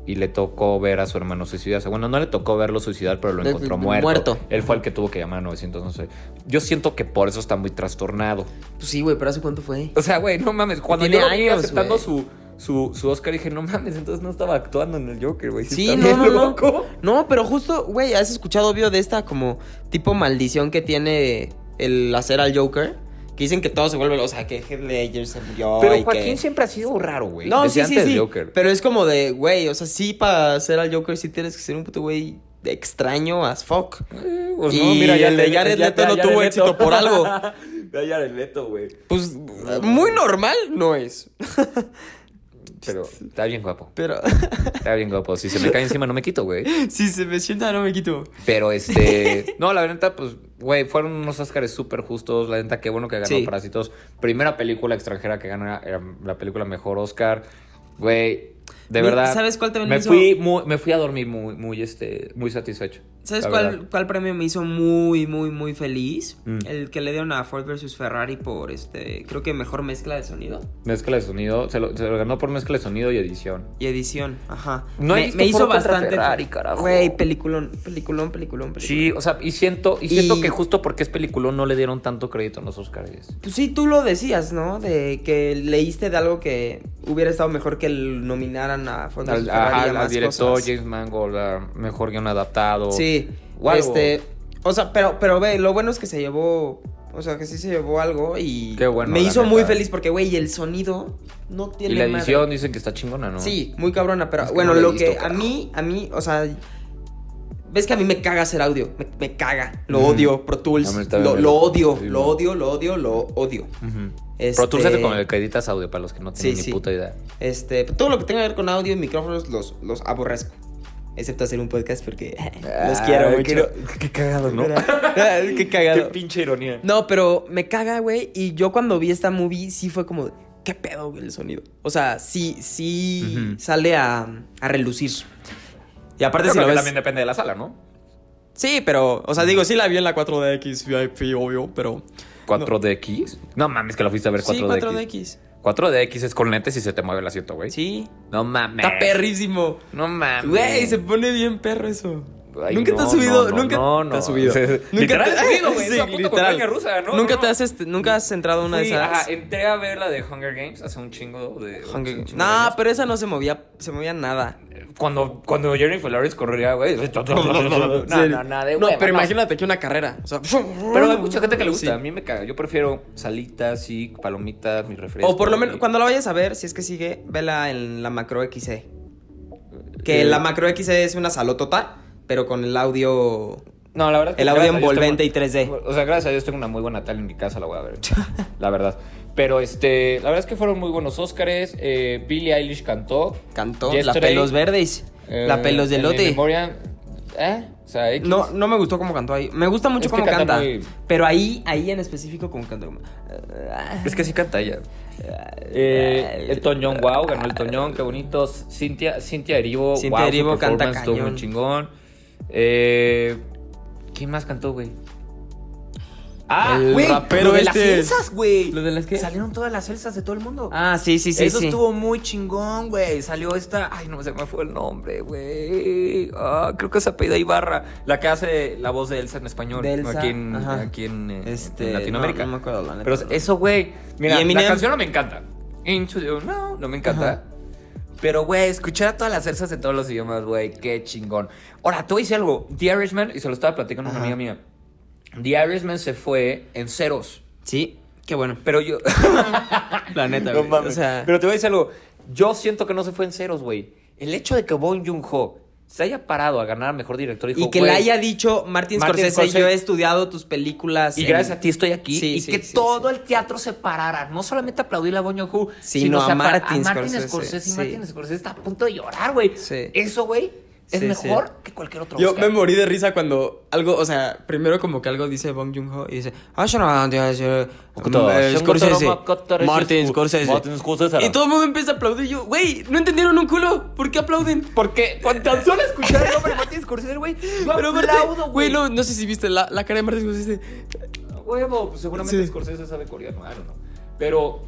Speaker 2: Y le tocó ver a su hermano suicidarse. Bueno, no le tocó verlo suicidar, pero lo
Speaker 3: Le-
Speaker 2: encontró
Speaker 3: le-
Speaker 2: muerto.
Speaker 3: muerto.
Speaker 2: Él fue el que tuvo que llamar a 900, no sé. Yo siento que por eso está muy trastornado.
Speaker 3: Pues sí, güey, pero ¿hace cuánto fue?
Speaker 2: O sea, güey, no mames. Cuando
Speaker 3: Tiene
Speaker 2: yo lo vi
Speaker 3: años,
Speaker 2: aceptando
Speaker 3: güey.
Speaker 2: su, su, su Oscar, dije, no mames, entonces no estaba actuando en el Joker, güey.
Speaker 3: Sí,
Speaker 2: está
Speaker 3: no,
Speaker 2: bien
Speaker 3: no, no.
Speaker 2: loco.
Speaker 3: No, pero justo, güey, ¿has escuchado, obvio, de esta como tipo maldición que tiene el hacer al Joker? Que dicen que todo se vuelve, o sea, que Heath Ledger se murió
Speaker 2: Pero
Speaker 3: y
Speaker 2: Joaquín
Speaker 3: que...
Speaker 2: siempre ha sido raro, güey.
Speaker 3: No,
Speaker 2: desde
Speaker 3: sí, sí,
Speaker 2: antes
Speaker 3: sí.
Speaker 2: de Joker.
Speaker 3: Pero es como de, güey, o sea, sí para hacer al Joker sí tienes que ser un puto güey extraño as fuck.
Speaker 2: Eh, pues
Speaker 3: Y el de
Speaker 2: te-
Speaker 3: Jared
Speaker 2: ya-
Speaker 3: Leto
Speaker 2: ya
Speaker 3: no
Speaker 2: Jared Leto.
Speaker 3: tuvo éxito por algo.
Speaker 2: Ya Jared Leto, güey.
Speaker 3: Pues muy normal no es.
Speaker 2: Pero está bien guapo.
Speaker 3: Pero
Speaker 2: Está bien guapo. Si se me cae encima, no me quito, güey.
Speaker 3: si se me sienta no me quito.
Speaker 2: Pero este. No, la verdad, pues, güey, fueron unos Oscars súper justos. La neta, qué bueno que ganó
Speaker 3: Sí.
Speaker 2: Parásitos. Primera película extranjera que gana eh, la película mejor Oscar. Güey, de
Speaker 3: Mi-
Speaker 2: verdad.
Speaker 3: ¿sabes cuál también
Speaker 2: me
Speaker 3: me hizo?
Speaker 2: fui muy- Me fui a dormir muy, muy, este, muy satisfecho.
Speaker 3: ¿Sabes
Speaker 2: la
Speaker 3: cuál,
Speaker 2: verdad.
Speaker 3: cuál premio me hizo muy, muy, muy feliz?
Speaker 2: Mm.
Speaker 3: El que le dieron a Ford versus Ferrari por este, creo que mejor mezcla de sonido
Speaker 2: Mezcla de sonido. Se lo, se lo ganó por mezcla de sonido y edición.
Speaker 3: y edición. Ajá.
Speaker 2: No he
Speaker 3: me,
Speaker 2: visto
Speaker 3: me hizo
Speaker 2: Ford contra
Speaker 3: bastante.
Speaker 2: Ferrari, carajo.
Speaker 3: Güey, peliculón, peliculón, peliculón, peliculón.
Speaker 2: Sí, o sea, y siento, y siento
Speaker 3: Y-
Speaker 2: que justo porque es película no le dieron tanto crédito en los Oscars.
Speaker 3: Pues sí, tú lo decías, ¿no? De que leíste de algo que hubiera estado mejor que el nominaran a Ford versus
Speaker 2: Al,
Speaker 3: Ferrari
Speaker 2: ajá,
Speaker 3: a
Speaker 2: al
Speaker 3: más
Speaker 2: director
Speaker 3: cosas.
Speaker 2: James Mangold, a mejor guión adaptado.
Speaker 3: Sí.
Speaker 2: o algo.
Speaker 3: Este, o sea, pero, pero ve, lo bueno es que se llevó, o sea, que sí se llevó algo y
Speaker 2: Qué bueno,
Speaker 3: me
Speaker 2: la
Speaker 3: hizo
Speaker 2: neta.
Speaker 3: muy feliz porque, güey, el sonido no
Speaker 2: Y
Speaker 3: tiene
Speaker 2: la
Speaker 3: madre.
Speaker 2: edición dicen que está chingona, ¿no?
Speaker 3: Sí, muy cabrona, pero
Speaker 2: Es que
Speaker 3: bueno,
Speaker 2: no la he
Speaker 3: lo
Speaker 2: visto,
Speaker 3: que a
Speaker 2: carajo.
Speaker 3: mí, a mí, o sea, ves que a mí me caga hacer audio, me, me caga, lo
Speaker 2: Ujú.
Speaker 3: odio, Pro
Speaker 2: A
Speaker 3: Tools,
Speaker 2: mí también
Speaker 3: lo,
Speaker 2: me
Speaker 3: lo
Speaker 2: lo-
Speaker 3: odio,
Speaker 2: sí,
Speaker 3: lo
Speaker 2: no.
Speaker 3: odio, lo odio, lo odio.
Speaker 2: Ujú.
Speaker 3: Este-
Speaker 2: Pro Tools es con el que editas audio, para los que no tienen
Speaker 3: Sí,
Speaker 2: ni
Speaker 3: sí.
Speaker 2: puta idea.
Speaker 3: Este, todo lo que tenga que ver con audio y micrófonos los, los aborrezco. Excepto hacer un podcast porque los quiero
Speaker 2: Ay,
Speaker 3: mucho.
Speaker 2: qué- Qué cagado, ¿no? Ah,
Speaker 3: Qué cagado.
Speaker 2: pinche ironía.
Speaker 3: No, pero me caga, güey. Y yo cuando vi esta movie, sí fue como, ¿qué pedo, güey, el sonido? O sea, sí, sí
Speaker 2: Ujú.
Speaker 3: sale a, a relucir. Y aparte,
Speaker 2: Yo
Speaker 3: si
Speaker 2: creo
Speaker 3: lo
Speaker 2: que
Speaker 3: ves.
Speaker 2: también depende de la sala, ¿no?
Speaker 3: Sí, pero, o sea, digo, sí la vi en la 4DX VIP, obvio, pero.
Speaker 2: 4DX. No mames, que la fuiste a ver 4DX.
Speaker 3: sí, 4DX.
Speaker 2: 4DX es con lentes y se te mueve el asiento, güey.
Speaker 3: Sí.
Speaker 2: No mames.
Speaker 3: Está perrísimo.
Speaker 2: No mames.
Speaker 3: Güey, se pone bien perro eso.
Speaker 2: Ay,
Speaker 3: nunca te
Speaker 2: no,
Speaker 3: has subido,
Speaker 2: no, no,
Speaker 3: nunca
Speaker 2: no, no.
Speaker 3: te has subido.
Speaker 2: Literal he subido, güey,
Speaker 3: Sí,
Speaker 2: esa puta montaña rusa, ¿no?
Speaker 3: Nunca
Speaker 2: No,
Speaker 3: te
Speaker 2: no.
Speaker 3: has este- nunca has entrado a una
Speaker 2: Fui,
Speaker 3: de esas.
Speaker 2: ajá, entré a ver la de Hunger Games hace un chingo de.
Speaker 3: Hunger
Speaker 2: un
Speaker 3: Games.
Speaker 2: chingo de
Speaker 3: No,
Speaker 2: años.
Speaker 3: pero esa no se movía, se movía nada.
Speaker 2: Cuando, cuando Jennifer Lawrence corría, güey. No, no, no, de hueva,
Speaker 3: pero
Speaker 2: no.
Speaker 3: imagínate que una carrera, o sea,
Speaker 2: Pero hay mucha gente que le gusta.
Speaker 3: Ah, Sí.
Speaker 2: A mí me caga. Yo prefiero salitas, sí, palomitas, mis refrescos.
Speaker 3: O por lo menos
Speaker 2: güey.
Speaker 3: cuando la vayas a ver, si es que sigue, vela en la macro XC. Que
Speaker 2: Eh,
Speaker 3: la macro XC es una salotota, pero con el audio
Speaker 2: No, la verdad. es que
Speaker 3: El audio
Speaker 2: gracias a Dios
Speaker 3: envolvente
Speaker 2: tengo-
Speaker 3: y 3D.
Speaker 2: O sea, gracias a Dios tengo una muy buena tele en mi casa, la voy a ver. la verdad. Pero este, la verdad es que fueron muy buenos Óscares. Eh, Billie Eilish cantó.
Speaker 3: cantó la
Speaker 2: Yesterday,
Speaker 3: pelos verdes,
Speaker 2: eh,
Speaker 3: la pelos de
Speaker 2: en In
Speaker 3: lote.
Speaker 2: Memoriam, ¿eh? O sea, X.
Speaker 3: No, no me gustó cómo cantó ahí. Me gusta mucho
Speaker 2: Es que
Speaker 3: cómo
Speaker 2: canta
Speaker 3: canta.
Speaker 2: muy-
Speaker 3: Pero ahí, ahí en específico, como canta. como-
Speaker 2: Es que sí canta ella. Eh, el Toñón, wow, ganó el Toñón, qué bonito. Cintia, Cintia Erivo,
Speaker 3: Cintia
Speaker 2: wow, su
Speaker 3: Erivo canta
Speaker 2: performance estuvo
Speaker 3: cañón.
Speaker 2: muy chingón. Eh, ¿Quién más cantó, güey? Ah,
Speaker 3: El
Speaker 2: güey,
Speaker 3: rapero
Speaker 2: lo de las
Speaker 3: este.
Speaker 2: salsas, güey.
Speaker 3: ¿Lo de las qué?
Speaker 2: Salieron todas las salsas de todo el mundo.
Speaker 3: Ah, sí, sí, sí.
Speaker 2: Eso
Speaker 3: sí.
Speaker 2: estuvo muy chingón, güey. Salió esta. Ay, no se me fue el nombre, güey. Ah, creo que se apellida Ibarra. La que hace la voz de Elsa en español.
Speaker 3: De Elsa,
Speaker 2: Aquí en,
Speaker 3: ajá.
Speaker 2: aquí en, eh,
Speaker 3: Este,
Speaker 2: en Latinoamérica.
Speaker 3: no, no me acuerdo, la neta,
Speaker 2: Pero
Speaker 3: no.
Speaker 2: eso, güey. Mira,
Speaker 3: ¿Y Eminem?
Speaker 2: la canción no me encanta. Into you, no, no me encanta.
Speaker 3: Ajá.
Speaker 2: Pero, güey, escuchar a todas las salsas de todos los idiomas, güey, qué chingón. Ahora, te voy a decir algo. The Irishman, y se lo estaba platicando a una
Speaker 3: Ajá.
Speaker 2: amiga mía. The Irishman se fue en ceros.
Speaker 3: Sí, qué bueno.
Speaker 2: Pero yo.
Speaker 3: La neta,
Speaker 2: No
Speaker 3: güey,
Speaker 2: mames.
Speaker 3: O sea,
Speaker 2: Pero te voy a decir algo. Yo siento que no se fue en ceros, güey. El hecho de que Bong Joon-ho se haya parado a ganar mejor director dijo,
Speaker 3: y que
Speaker 2: güey,
Speaker 3: le haya dicho Martin,
Speaker 2: Martin
Speaker 3: Scorsese,
Speaker 2: Scorsese-
Speaker 3: yo he estudiado tus películas.
Speaker 2: Y
Speaker 3: en-
Speaker 2: gracias a ti estoy aquí.
Speaker 3: Sí,
Speaker 2: y
Speaker 3: sí,
Speaker 2: que
Speaker 3: sí,
Speaker 2: todo el teatro se parara. No solamente aplaudir a Bong Joon-ho,
Speaker 3: Sino a
Speaker 2: se apara-
Speaker 3: Martin Scorsese,
Speaker 2: Y
Speaker 3: sí.
Speaker 2: Martin Scorsese está a punto de llorar, güey.
Speaker 3: Sí.
Speaker 2: Eso, güey, es
Speaker 3: Sí,
Speaker 2: mejor
Speaker 3: sí.
Speaker 2: que cualquier otro
Speaker 3: Yo
Speaker 2: Oscar.
Speaker 3: me morí de risa cuando algo, o sea, primero como que algo dice Bong Joon-ho y dice, "Ah, yo no, yo- yo- eh, Scorsese, Martin Scorsese.
Speaker 2: Martin Scorsese.
Speaker 3: Y todo el mundo empieza a aplaudir. y Yo, güey, no entendieron un culo. ¿Por qué aplauden?
Speaker 2: Porque con tan solo escuchar el nombre de Martin Scorsese, güey, yo
Speaker 3: aparte,
Speaker 2: aplaudo, güey.
Speaker 3: no, no sé si viste la, la cara de Martin Scorsese.
Speaker 2: Huevo, pues seguramente
Speaker 3: Sí.
Speaker 2: Scorsese sabe coreano, I don't know. Pero.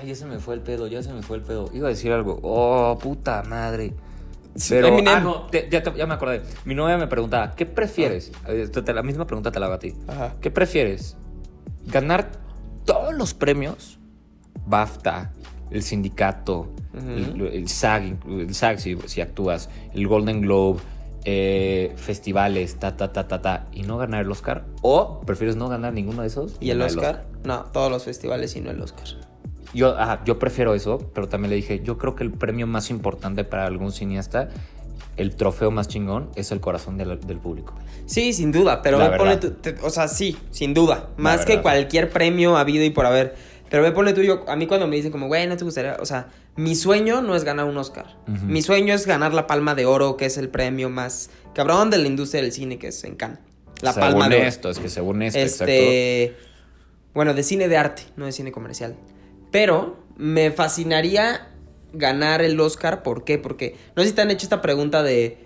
Speaker 2: Ay, ya se me fue el pedo, ya se me fue el pedo. Iba a decir algo. Oh, puta madre. Pero,
Speaker 3: Eminem.
Speaker 2: ah, no, te- ya, te- ya me acordé. Mi novia me preguntaba, ¿qué prefieres? Eh, te- te- La misma pregunta te la hago a ti.
Speaker 3: Ajá.
Speaker 2: ¿Qué prefieres? ¿Ganar todos los premios? BAFTA, el sindicato, el, el SAG, el SAG si, si actúas, el Golden Globe, eh, festivales, ta, ta, ta, ta, ta, y no ganar el Oscar. ¿O prefieres no ganar ninguno de esos?
Speaker 3: ¿Y el
Speaker 2: ganar
Speaker 3: Oscar? No, todos los festivales y no el Oscar.
Speaker 2: Yo, ajá, yo prefiero eso, pero también le dije, yo creo que el premio más importante para algún cineasta, el trofeo más chingón, es el corazón del, del público.
Speaker 3: Sí, sin duda, pero
Speaker 2: La
Speaker 3: ve ponle
Speaker 2: verdad.
Speaker 3: tú, te- o sea, sí, sin duda, más que
Speaker 2: verdad.
Speaker 3: cualquier premio habido y por haber. Pero ve ponle tú yo, a mí cuando me dicen como, güey, no te gustaría, o sea, mi sueño no es ganar un Oscar.
Speaker 2: Ujú.
Speaker 3: Mi sueño es ganar la Palma de Oro, que es el premio más cabrón de la industria del cine que es en Cannes. La
Speaker 2: según
Speaker 3: Palma de Oro.
Speaker 2: esto, es que según esto, exacto.
Speaker 3: este, bueno, de cine de arte, no de cine comercial. Pero me fascinaría ganar el Oscar, ¿por qué? Porque no sé si te han hecho esta pregunta de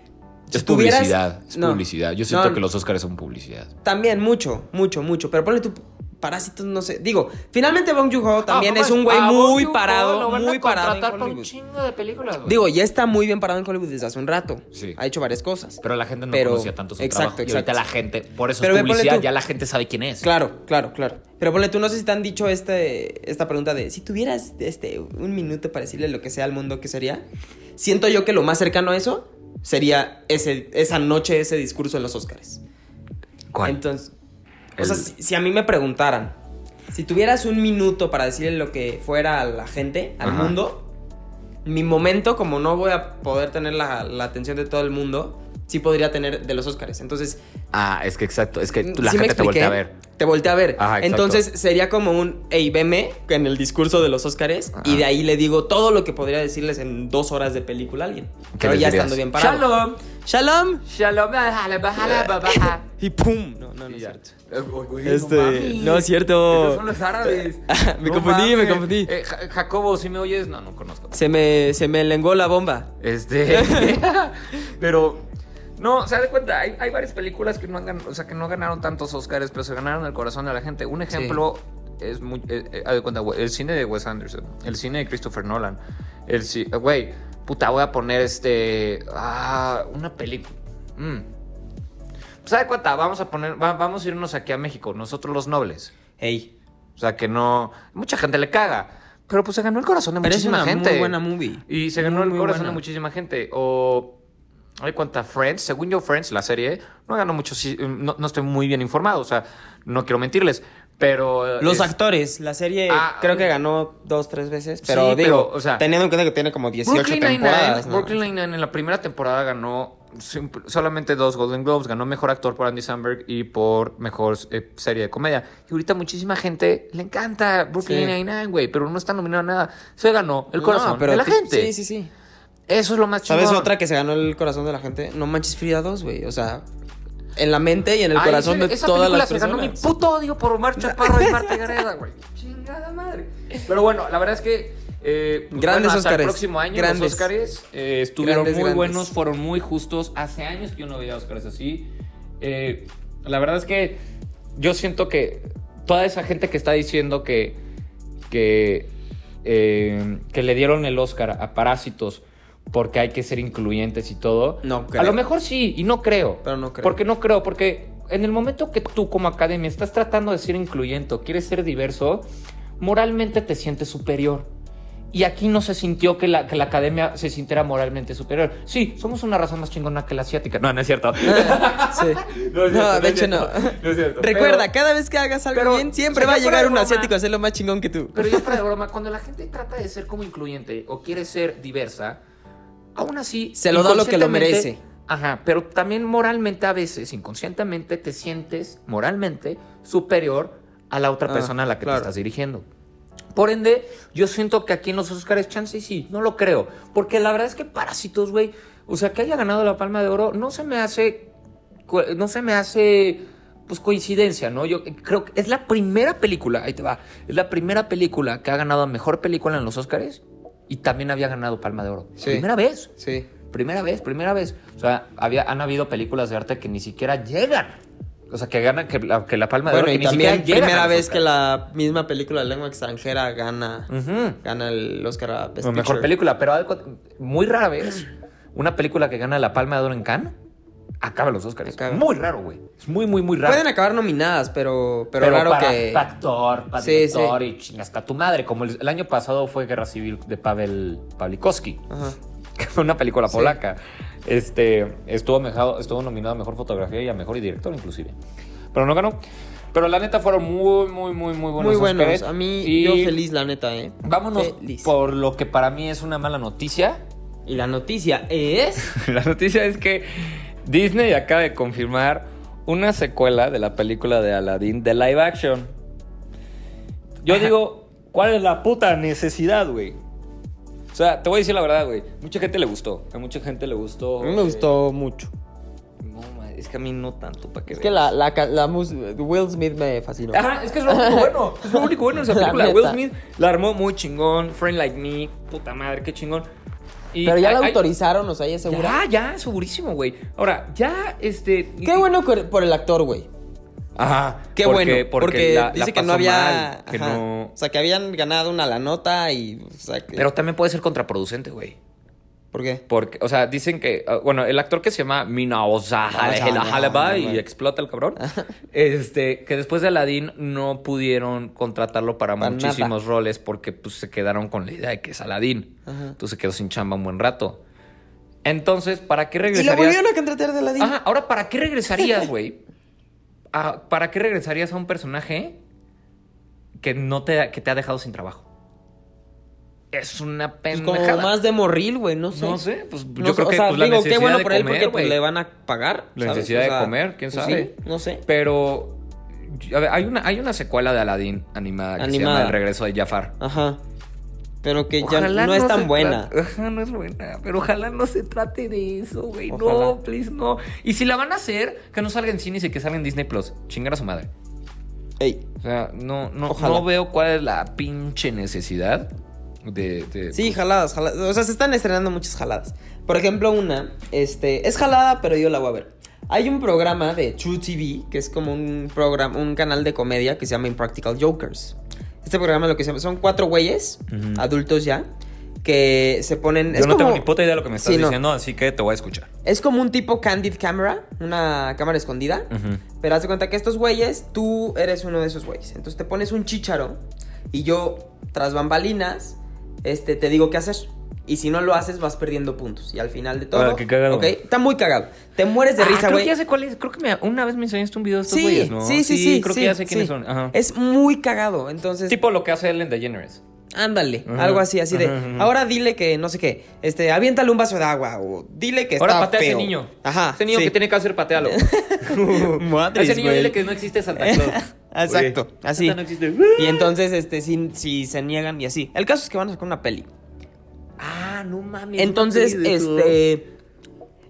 Speaker 4: Es
Speaker 3: Si tuvieras-
Speaker 4: publicidad, es
Speaker 3: no.
Speaker 4: publicidad. Yo siento
Speaker 3: No,
Speaker 4: que los Oscars son publicidad.
Speaker 3: También, mucho, mucho, mucho. Pero ponle tu Parásitos, no sé. Digo, finalmente Bong Joon-ho también
Speaker 2: Ah,
Speaker 3: es un güey
Speaker 2: a
Speaker 3: muy
Speaker 2: Bong
Speaker 3: parado,
Speaker 2: Joon-ho lo van a
Speaker 3: muy parado en
Speaker 2: contratar para un
Speaker 3: Hollywood.
Speaker 2: chingo de películas, güey.
Speaker 3: Digo, ya está muy bien parado en Hollywood desde hace un rato.
Speaker 4: Sí.
Speaker 3: Ha hecho varias cosas.
Speaker 4: Pero la gente no
Speaker 3: Pero-
Speaker 4: conocía tanto su
Speaker 3: exacto,
Speaker 4: trabajo. Y ahorita
Speaker 3: exacto.
Speaker 4: la gente, por eso
Speaker 3: Pero
Speaker 4: es
Speaker 3: ve, ponle
Speaker 4: publicidad,
Speaker 3: tú.
Speaker 4: ya la gente sabe quién es.
Speaker 3: Claro, claro, claro. Pero ponle tú, no sé si te han dicho este, esta pregunta de si tuvieras este, un minuto para decirle lo que sea al mundo, ¿qué sería? Siento yo que lo más cercano a eso sería ese, esa noche, ese discurso en los Oscars. Entonces, o
Speaker 4: El-
Speaker 3: sea, si, si a mí me preguntaran, si tuvieras un minuto para decirle lo que fuera a la gente, al
Speaker 4: Ajá.
Speaker 3: mundo, mi momento, como no voy a poder tener la, la atención de todo el mundo, sí podría tener de los Oscars. Entonces,
Speaker 4: Ah, es que exacto. Es que tú-
Speaker 3: ¿sí
Speaker 4: la
Speaker 3: me
Speaker 4: gente te voltea a
Speaker 3: expliqué?
Speaker 4: ver.
Speaker 3: Te voltea a ver.
Speaker 4: Ajá, exacto.
Speaker 3: Entonces sería como un, hey, veme en el discurso de los Óscares y de ahí le digo todo lo que podría decirles en dos horas de película a alguien. Pero
Speaker 4: les
Speaker 3: ya
Speaker 4: dirías?
Speaker 3: estando bien parado.
Speaker 2: Shalom.
Speaker 3: Shalom. Eh,
Speaker 2: Shalom. ajala, bajala, babaja.
Speaker 3: Y pum. No, no, no es cierto.
Speaker 2: Eh, güey, güey,
Speaker 3: Este,
Speaker 2: mames.
Speaker 3: no es cierto.
Speaker 2: Esos son los árabes.
Speaker 3: Me confundí, me
Speaker 2: mames.
Speaker 3: confundí.
Speaker 2: Eh, Ja- Jacobo, si me oyes, no, no conozco.
Speaker 3: Se me, se me lenguó la bomba.
Speaker 2: Este. pero. No, se da cuenta, hay, hay varias películas que no, han, gan- o sea, que no ganaron tantos Oscars, pero se ganaron el corazón de la gente. Un ejemplo es muy. eh, eh, haz de cuenta, güey, el cine de Wes Anderson, el cine de Christopher Nolan. El ci- eh, Güey, puta, voy a poner este. Ah, una película. mm. Pues haz de cuenta, vamos a poner. va- vamos a irnos aquí a México, nosotros los nobles.
Speaker 3: Hey.
Speaker 2: O sea, que no. Mucha gente le caga. Pero pues se ganó el corazón de
Speaker 3: Pero es
Speaker 2: muchísima
Speaker 3: una
Speaker 2: gente.
Speaker 3: muy buena movie.
Speaker 2: Y se ganó
Speaker 3: Muy,
Speaker 2: el
Speaker 3: muy
Speaker 2: corazón
Speaker 3: buena.
Speaker 2: de muchísima gente. O. Hay cuánta Friends, según yo, Friends, la serie, no ganó mucho. sí, No, no estoy muy bien informado, o sea, no quiero mentirles. Pero. este,
Speaker 3: Los
Speaker 2: es-
Speaker 3: actores, la serie
Speaker 2: Ah,
Speaker 3: creo que ganó dos, tres veces,
Speaker 2: Sí,
Speaker 3: pero digo,
Speaker 2: pero, o sea,
Speaker 3: teniendo en cuenta que tiene como 18
Speaker 2: Brooklyn
Speaker 3: temporadas.
Speaker 2: Nine-Nine
Speaker 3: ¿no?
Speaker 2: Brooklyn Nine-Nine en la primera temporada ganó simple- solamente dos Golden Globes. Ganó mejor actor por Andy Samberg y por mejor eh, serie de comedia. Y ahorita muchísima gente le encanta Brooklyn
Speaker 3: Sí.
Speaker 2: Nine-Nine, güey, pero no está nominado a nada. Se ganó el
Speaker 3: No,
Speaker 2: corazón de la
Speaker 3: ti-
Speaker 2: gente.
Speaker 3: Sí, sí, sí.
Speaker 2: Eso es lo más
Speaker 3: ¿Sabes
Speaker 2: chingón.
Speaker 3: otra que se ganó el corazón de la gente? No manches Frida 2, güey. O sea, en la mente y en el
Speaker 2: Ay,
Speaker 3: corazón
Speaker 2: esa-
Speaker 3: de
Speaker 2: esa
Speaker 3: todas
Speaker 2: película
Speaker 3: las
Speaker 2: se
Speaker 3: personas.
Speaker 2: ganó mi puto odio por Omar Chaparro y Marta Gareda, güey. Chingada madre. Pero bueno, la verdad es que. eh, pues
Speaker 3: Grandes
Speaker 2: bueno, hasta el
Speaker 3: Óscares.
Speaker 2: próximo año los
Speaker 3: Grandes.
Speaker 2: Óscares eh, estuvieron
Speaker 3: Grandes,
Speaker 2: muy
Speaker 3: grandes.
Speaker 2: buenos, fueron muy justos. Hace años que yo no veía Óscares así. Eh, la verdad es que yo siento que toda esa gente que está diciendo que que, eh, que le dieron el Oscar a Parásitos porque hay que ser incluyentes y todo.
Speaker 3: No creo.
Speaker 2: A lo mejor sí, y no creo.
Speaker 3: Pero no creo.
Speaker 2: Porque no creo, porque en el momento que tú como academia estás tratando de ser incluyente, o quieres ser diverso, moralmente te sientes superior. Y aquí no se sintió que la, que la academia se sintiera moralmente superior. Sí, somos una raza más chingona que la asiática. No, no es cierto.
Speaker 3: Sí.
Speaker 2: No,
Speaker 3: No,
Speaker 2: es cierto, no
Speaker 3: de
Speaker 2: es
Speaker 3: hecho
Speaker 2: cierto,
Speaker 3: no.
Speaker 2: no es cierto.
Speaker 3: Recuerda,
Speaker 2: Pero-
Speaker 3: cada vez que hagas algo
Speaker 2: pero,
Speaker 3: bien, siempre
Speaker 2: o sea,
Speaker 3: va a
Speaker 2: ya fuera
Speaker 3: llegar
Speaker 2: de
Speaker 3: un
Speaker 2: broma.
Speaker 3: asiático a hacerlo más chingón que tú.
Speaker 2: Pero ya fuera de broma, cuando la gente trata de ser como incluyente o quiere ser diversa, aún así...
Speaker 3: Se lo da lo que lo
Speaker 2: inconscientemente-
Speaker 3: merece.
Speaker 2: Ajá, pero también moralmente a veces, inconscientemente, te sientes moralmente superior a la otra
Speaker 3: Ah,
Speaker 2: persona a la que
Speaker 3: claro.
Speaker 2: te estás dirigiendo. Por ende, yo siento que aquí en los Oscars chance y sí, no lo creo. Porque la verdad es que Parásitos, güey, o sea, que haya ganado la Palma de Oro, no se me hace, co- no se me hace, pues, coincidencia, ¿no? Yo creo que es la primera película, ahí te va, es la primera película que ha ganado a Mejor Película en los Oscars y también había ganado Palma de Oro.
Speaker 3: Sí.
Speaker 2: Primera vez,
Speaker 3: Sí.
Speaker 2: primera vez, primera vez. O sea, había, han habido películas de arte que ni siquiera llegan. O sea, que ganan, que la, que la Palma de
Speaker 3: Bueno,
Speaker 2: Oro, que ni
Speaker 3: y
Speaker 2: siquiera
Speaker 3: también
Speaker 2: llegan a
Speaker 3: primera
Speaker 2: los
Speaker 3: vez que
Speaker 2: Oscars.
Speaker 3: la misma película de lengua extranjera gana
Speaker 2: Ujú.
Speaker 3: gana el Oscar a Best
Speaker 2: O mejor
Speaker 3: Picture.
Speaker 2: película, pero algo muy rara vez una película que gana la Palma de Oro en Cannes acaba los Oscars.
Speaker 3: Acaba.
Speaker 2: Muy raro, güey. Es muy, muy, muy raro.
Speaker 3: Pueden acabar nominadas, pero pero, raro
Speaker 2: para,
Speaker 3: que
Speaker 2: para actor, para
Speaker 3: Sí,
Speaker 2: director
Speaker 3: sí.
Speaker 2: y chingas a tu madre. Como el, el año pasado fue Guerra Civil de Pavel Pavlikovsky,
Speaker 3: Ajá.
Speaker 2: que fue una película
Speaker 3: Sí.
Speaker 2: polaca. Este, estuvo, mejado- estuvo nominado a Mejor Fotografía y a Mejor Director, inclusive. Pero no ganó. Pero la neta fueron muy, muy, muy, muy buenos
Speaker 3: Muy buenos.
Speaker 2: Óscares.
Speaker 3: A mí
Speaker 2: Y
Speaker 3: yo feliz la neta, eh.
Speaker 2: Vámonos
Speaker 3: Feliz.
Speaker 2: por lo que para mí es una mala noticia.
Speaker 3: Y la noticia es
Speaker 4: La noticia es que Disney acaba de confirmar una secuela de la película de Aladdin de live action. Yo digo, ¿cuál es la puta necesidad, güey? O sea, te voy a decir la verdad, güey. Mucha gente le gustó. A mucha gente le gustó.
Speaker 3: a mí me
Speaker 4: eh,
Speaker 3: gustó mucho.
Speaker 4: No, ma, es que a mí no tanto, para que
Speaker 3: Es que
Speaker 4: veas.
Speaker 3: la, la, ca- la mus- Will Smith me fascinó.
Speaker 4: Ajá, es que es lo único bueno. Es lo único bueno de esa
Speaker 3: La
Speaker 4: película.
Speaker 3: neta.
Speaker 4: Will Smith la armó muy chingón. Friend Like Me, puta madre, qué chingón.
Speaker 2: Y
Speaker 3: Pero ya la
Speaker 2: hay- hay-
Speaker 3: autorizaron, o sea, ya asegura.
Speaker 2: Ya, ya, segurísimo, güey. Ahora, ya, este.
Speaker 3: Qué bueno que- por el actor, güey.
Speaker 2: Ajá.
Speaker 3: Qué bueno, porque,
Speaker 2: la- la
Speaker 3: dice que no
Speaker 2: pasó
Speaker 3: había...
Speaker 2: mal, que
Speaker 3: ajá.
Speaker 2: no-
Speaker 3: O sea, que habían ganado una la nota y... O sea, que-
Speaker 2: Pero también puede ser contraproducente, güey.
Speaker 3: ¿Por qué?
Speaker 2: Porque, o sea, dicen que, ah, bueno, el actor que se llama Minaosa Haleba y explota el cabrón, este, que después de Aladdin no pudieron contratarlo para,
Speaker 3: Para
Speaker 2: muchísimos roles porque pues se quedaron con la idea de que es Aladdin. Entonces se quedó sin chamba un buen rato. Entonces, ¿para qué
Speaker 3: Y lo
Speaker 2: regresarías?
Speaker 3: volvieron a contratar de la DIN.
Speaker 2: Ajá, ahora, ¿para qué regresarías, güey? A- ¿Para qué regresarías a un personaje que no te, que te ha dejado sin trabajo? Es una
Speaker 3: Pues
Speaker 2: pendejada.
Speaker 3: como más de morril, güey, no sé.
Speaker 2: No sé, pues
Speaker 3: No
Speaker 2: yo
Speaker 3: sé,
Speaker 2: creo
Speaker 3: o
Speaker 2: que
Speaker 3: sea,
Speaker 2: pues, la
Speaker 3: digo,
Speaker 2: necesidad
Speaker 3: qué bueno
Speaker 2: de
Speaker 3: por él
Speaker 2: comer,
Speaker 3: porque pues,
Speaker 2: güey.
Speaker 3: le van a pagar.
Speaker 2: La
Speaker 3: ¿sabes?
Speaker 2: necesidad
Speaker 3: O
Speaker 2: de
Speaker 3: sea,
Speaker 2: comer, quién
Speaker 3: pues
Speaker 2: sabe.
Speaker 3: sí, no sé.
Speaker 2: Pero a ver, hay una hay una secuela de Aladdin animada que se
Speaker 3: Animada.
Speaker 2: llama El regreso de Jafar.
Speaker 3: Ajá. Pero que ya
Speaker 2: Ojalá
Speaker 3: no, es
Speaker 2: se
Speaker 3: tan
Speaker 2: tra-
Speaker 3: buena.
Speaker 2: Ajá, no es buena. Pero ojalá no se trate de eso, güey.
Speaker 3: Ojalá.
Speaker 2: No, please, no. Y si la van a hacer, que no salga en cines y que salga en Disney Plus. Chingar a su madre.
Speaker 3: Ey.
Speaker 2: O sea, no, no,
Speaker 3: Ojalá.
Speaker 2: no veo cuál es la pinche necesidad de. de-
Speaker 3: Sí, jaladas, jaladas. O sea, se están estrenando muchas jaladas. Por ejemplo, una, este, es jalada, pero yo la voy a ver. Hay un programa de True TV, que es como un programa, un canal de comedia que se llama Impractical Jokers. Este programa lo que se llama, son cuatro güeyes, adultos ya, que se ponen...
Speaker 2: Yo
Speaker 3: es
Speaker 2: no tengo
Speaker 3: como-
Speaker 2: ni puta idea de lo que me estás
Speaker 3: Sí, no.
Speaker 2: diciendo, así que te voy a escuchar.
Speaker 3: Es como un tipo candid camera, una cámara escondida. Pero haz de cuenta que estos güeyes, tú eres uno de esos güeyes. Entonces te pones un chícharo y yo, tras bambalinas, este, te digo qué hacer. Y si no lo haces, vas perdiendo puntos. Y al final de todo.
Speaker 2: Ah, qué cagado.
Speaker 3: ok, Está muy cagado. Te mueres de
Speaker 2: Ah,
Speaker 3: risa,
Speaker 2: creo
Speaker 3: güey.
Speaker 2: que ya sé cuál es. Creo que me- una vez me enseñaste un video de estos
Speaker 3: Sí,
Speaker 2: güeyes, ¿no?
Speaker 3: sí, sí, sí.
Speaker 2: Creo
Speaker 3: sí,
Speaker 2: que ya sé quiénes
Speaker 3: sí.
Speaker 2: son. Ajá.
Speaker 3: Es muy cagado. Entonces.
Speaker 2: tipo lo que hace Ellen DeGeneres.
Speaker 3: Ándale,
Speaker 2: Ajá.
Speaker 3: algo así, así de.
Speaker 2: Ajá, ajá.
Speaker 3: Ahora dile que no sé qué. Este, aviéntale un vaso de agua. O dile que
Speaker 2: Ahora
Speaker 3: está
Speaker 2: patea a
Speaker 3: feo.
Speaker 2: ese niño.
Speaker 3: Ajá.
Speaker 2: Ese niño
Speaker 3: sí.
Speaker 2: que tiene cáncer, patealo. a ese niño dile que no existe Santa Claus.
Speaker 3: Exacto,
Speaker 2: Oye,
Speaker 3: así.
Speaker 2: Santa no existe.
Speaker 3: Y entonces, este, si, si se niegan y así. El caso es que van a sacar una peli.
Speaker 2: Ah, no mames.
Speaker 3: Entonces,
Speaker 2: no te digas eso.
Speaker 3: este.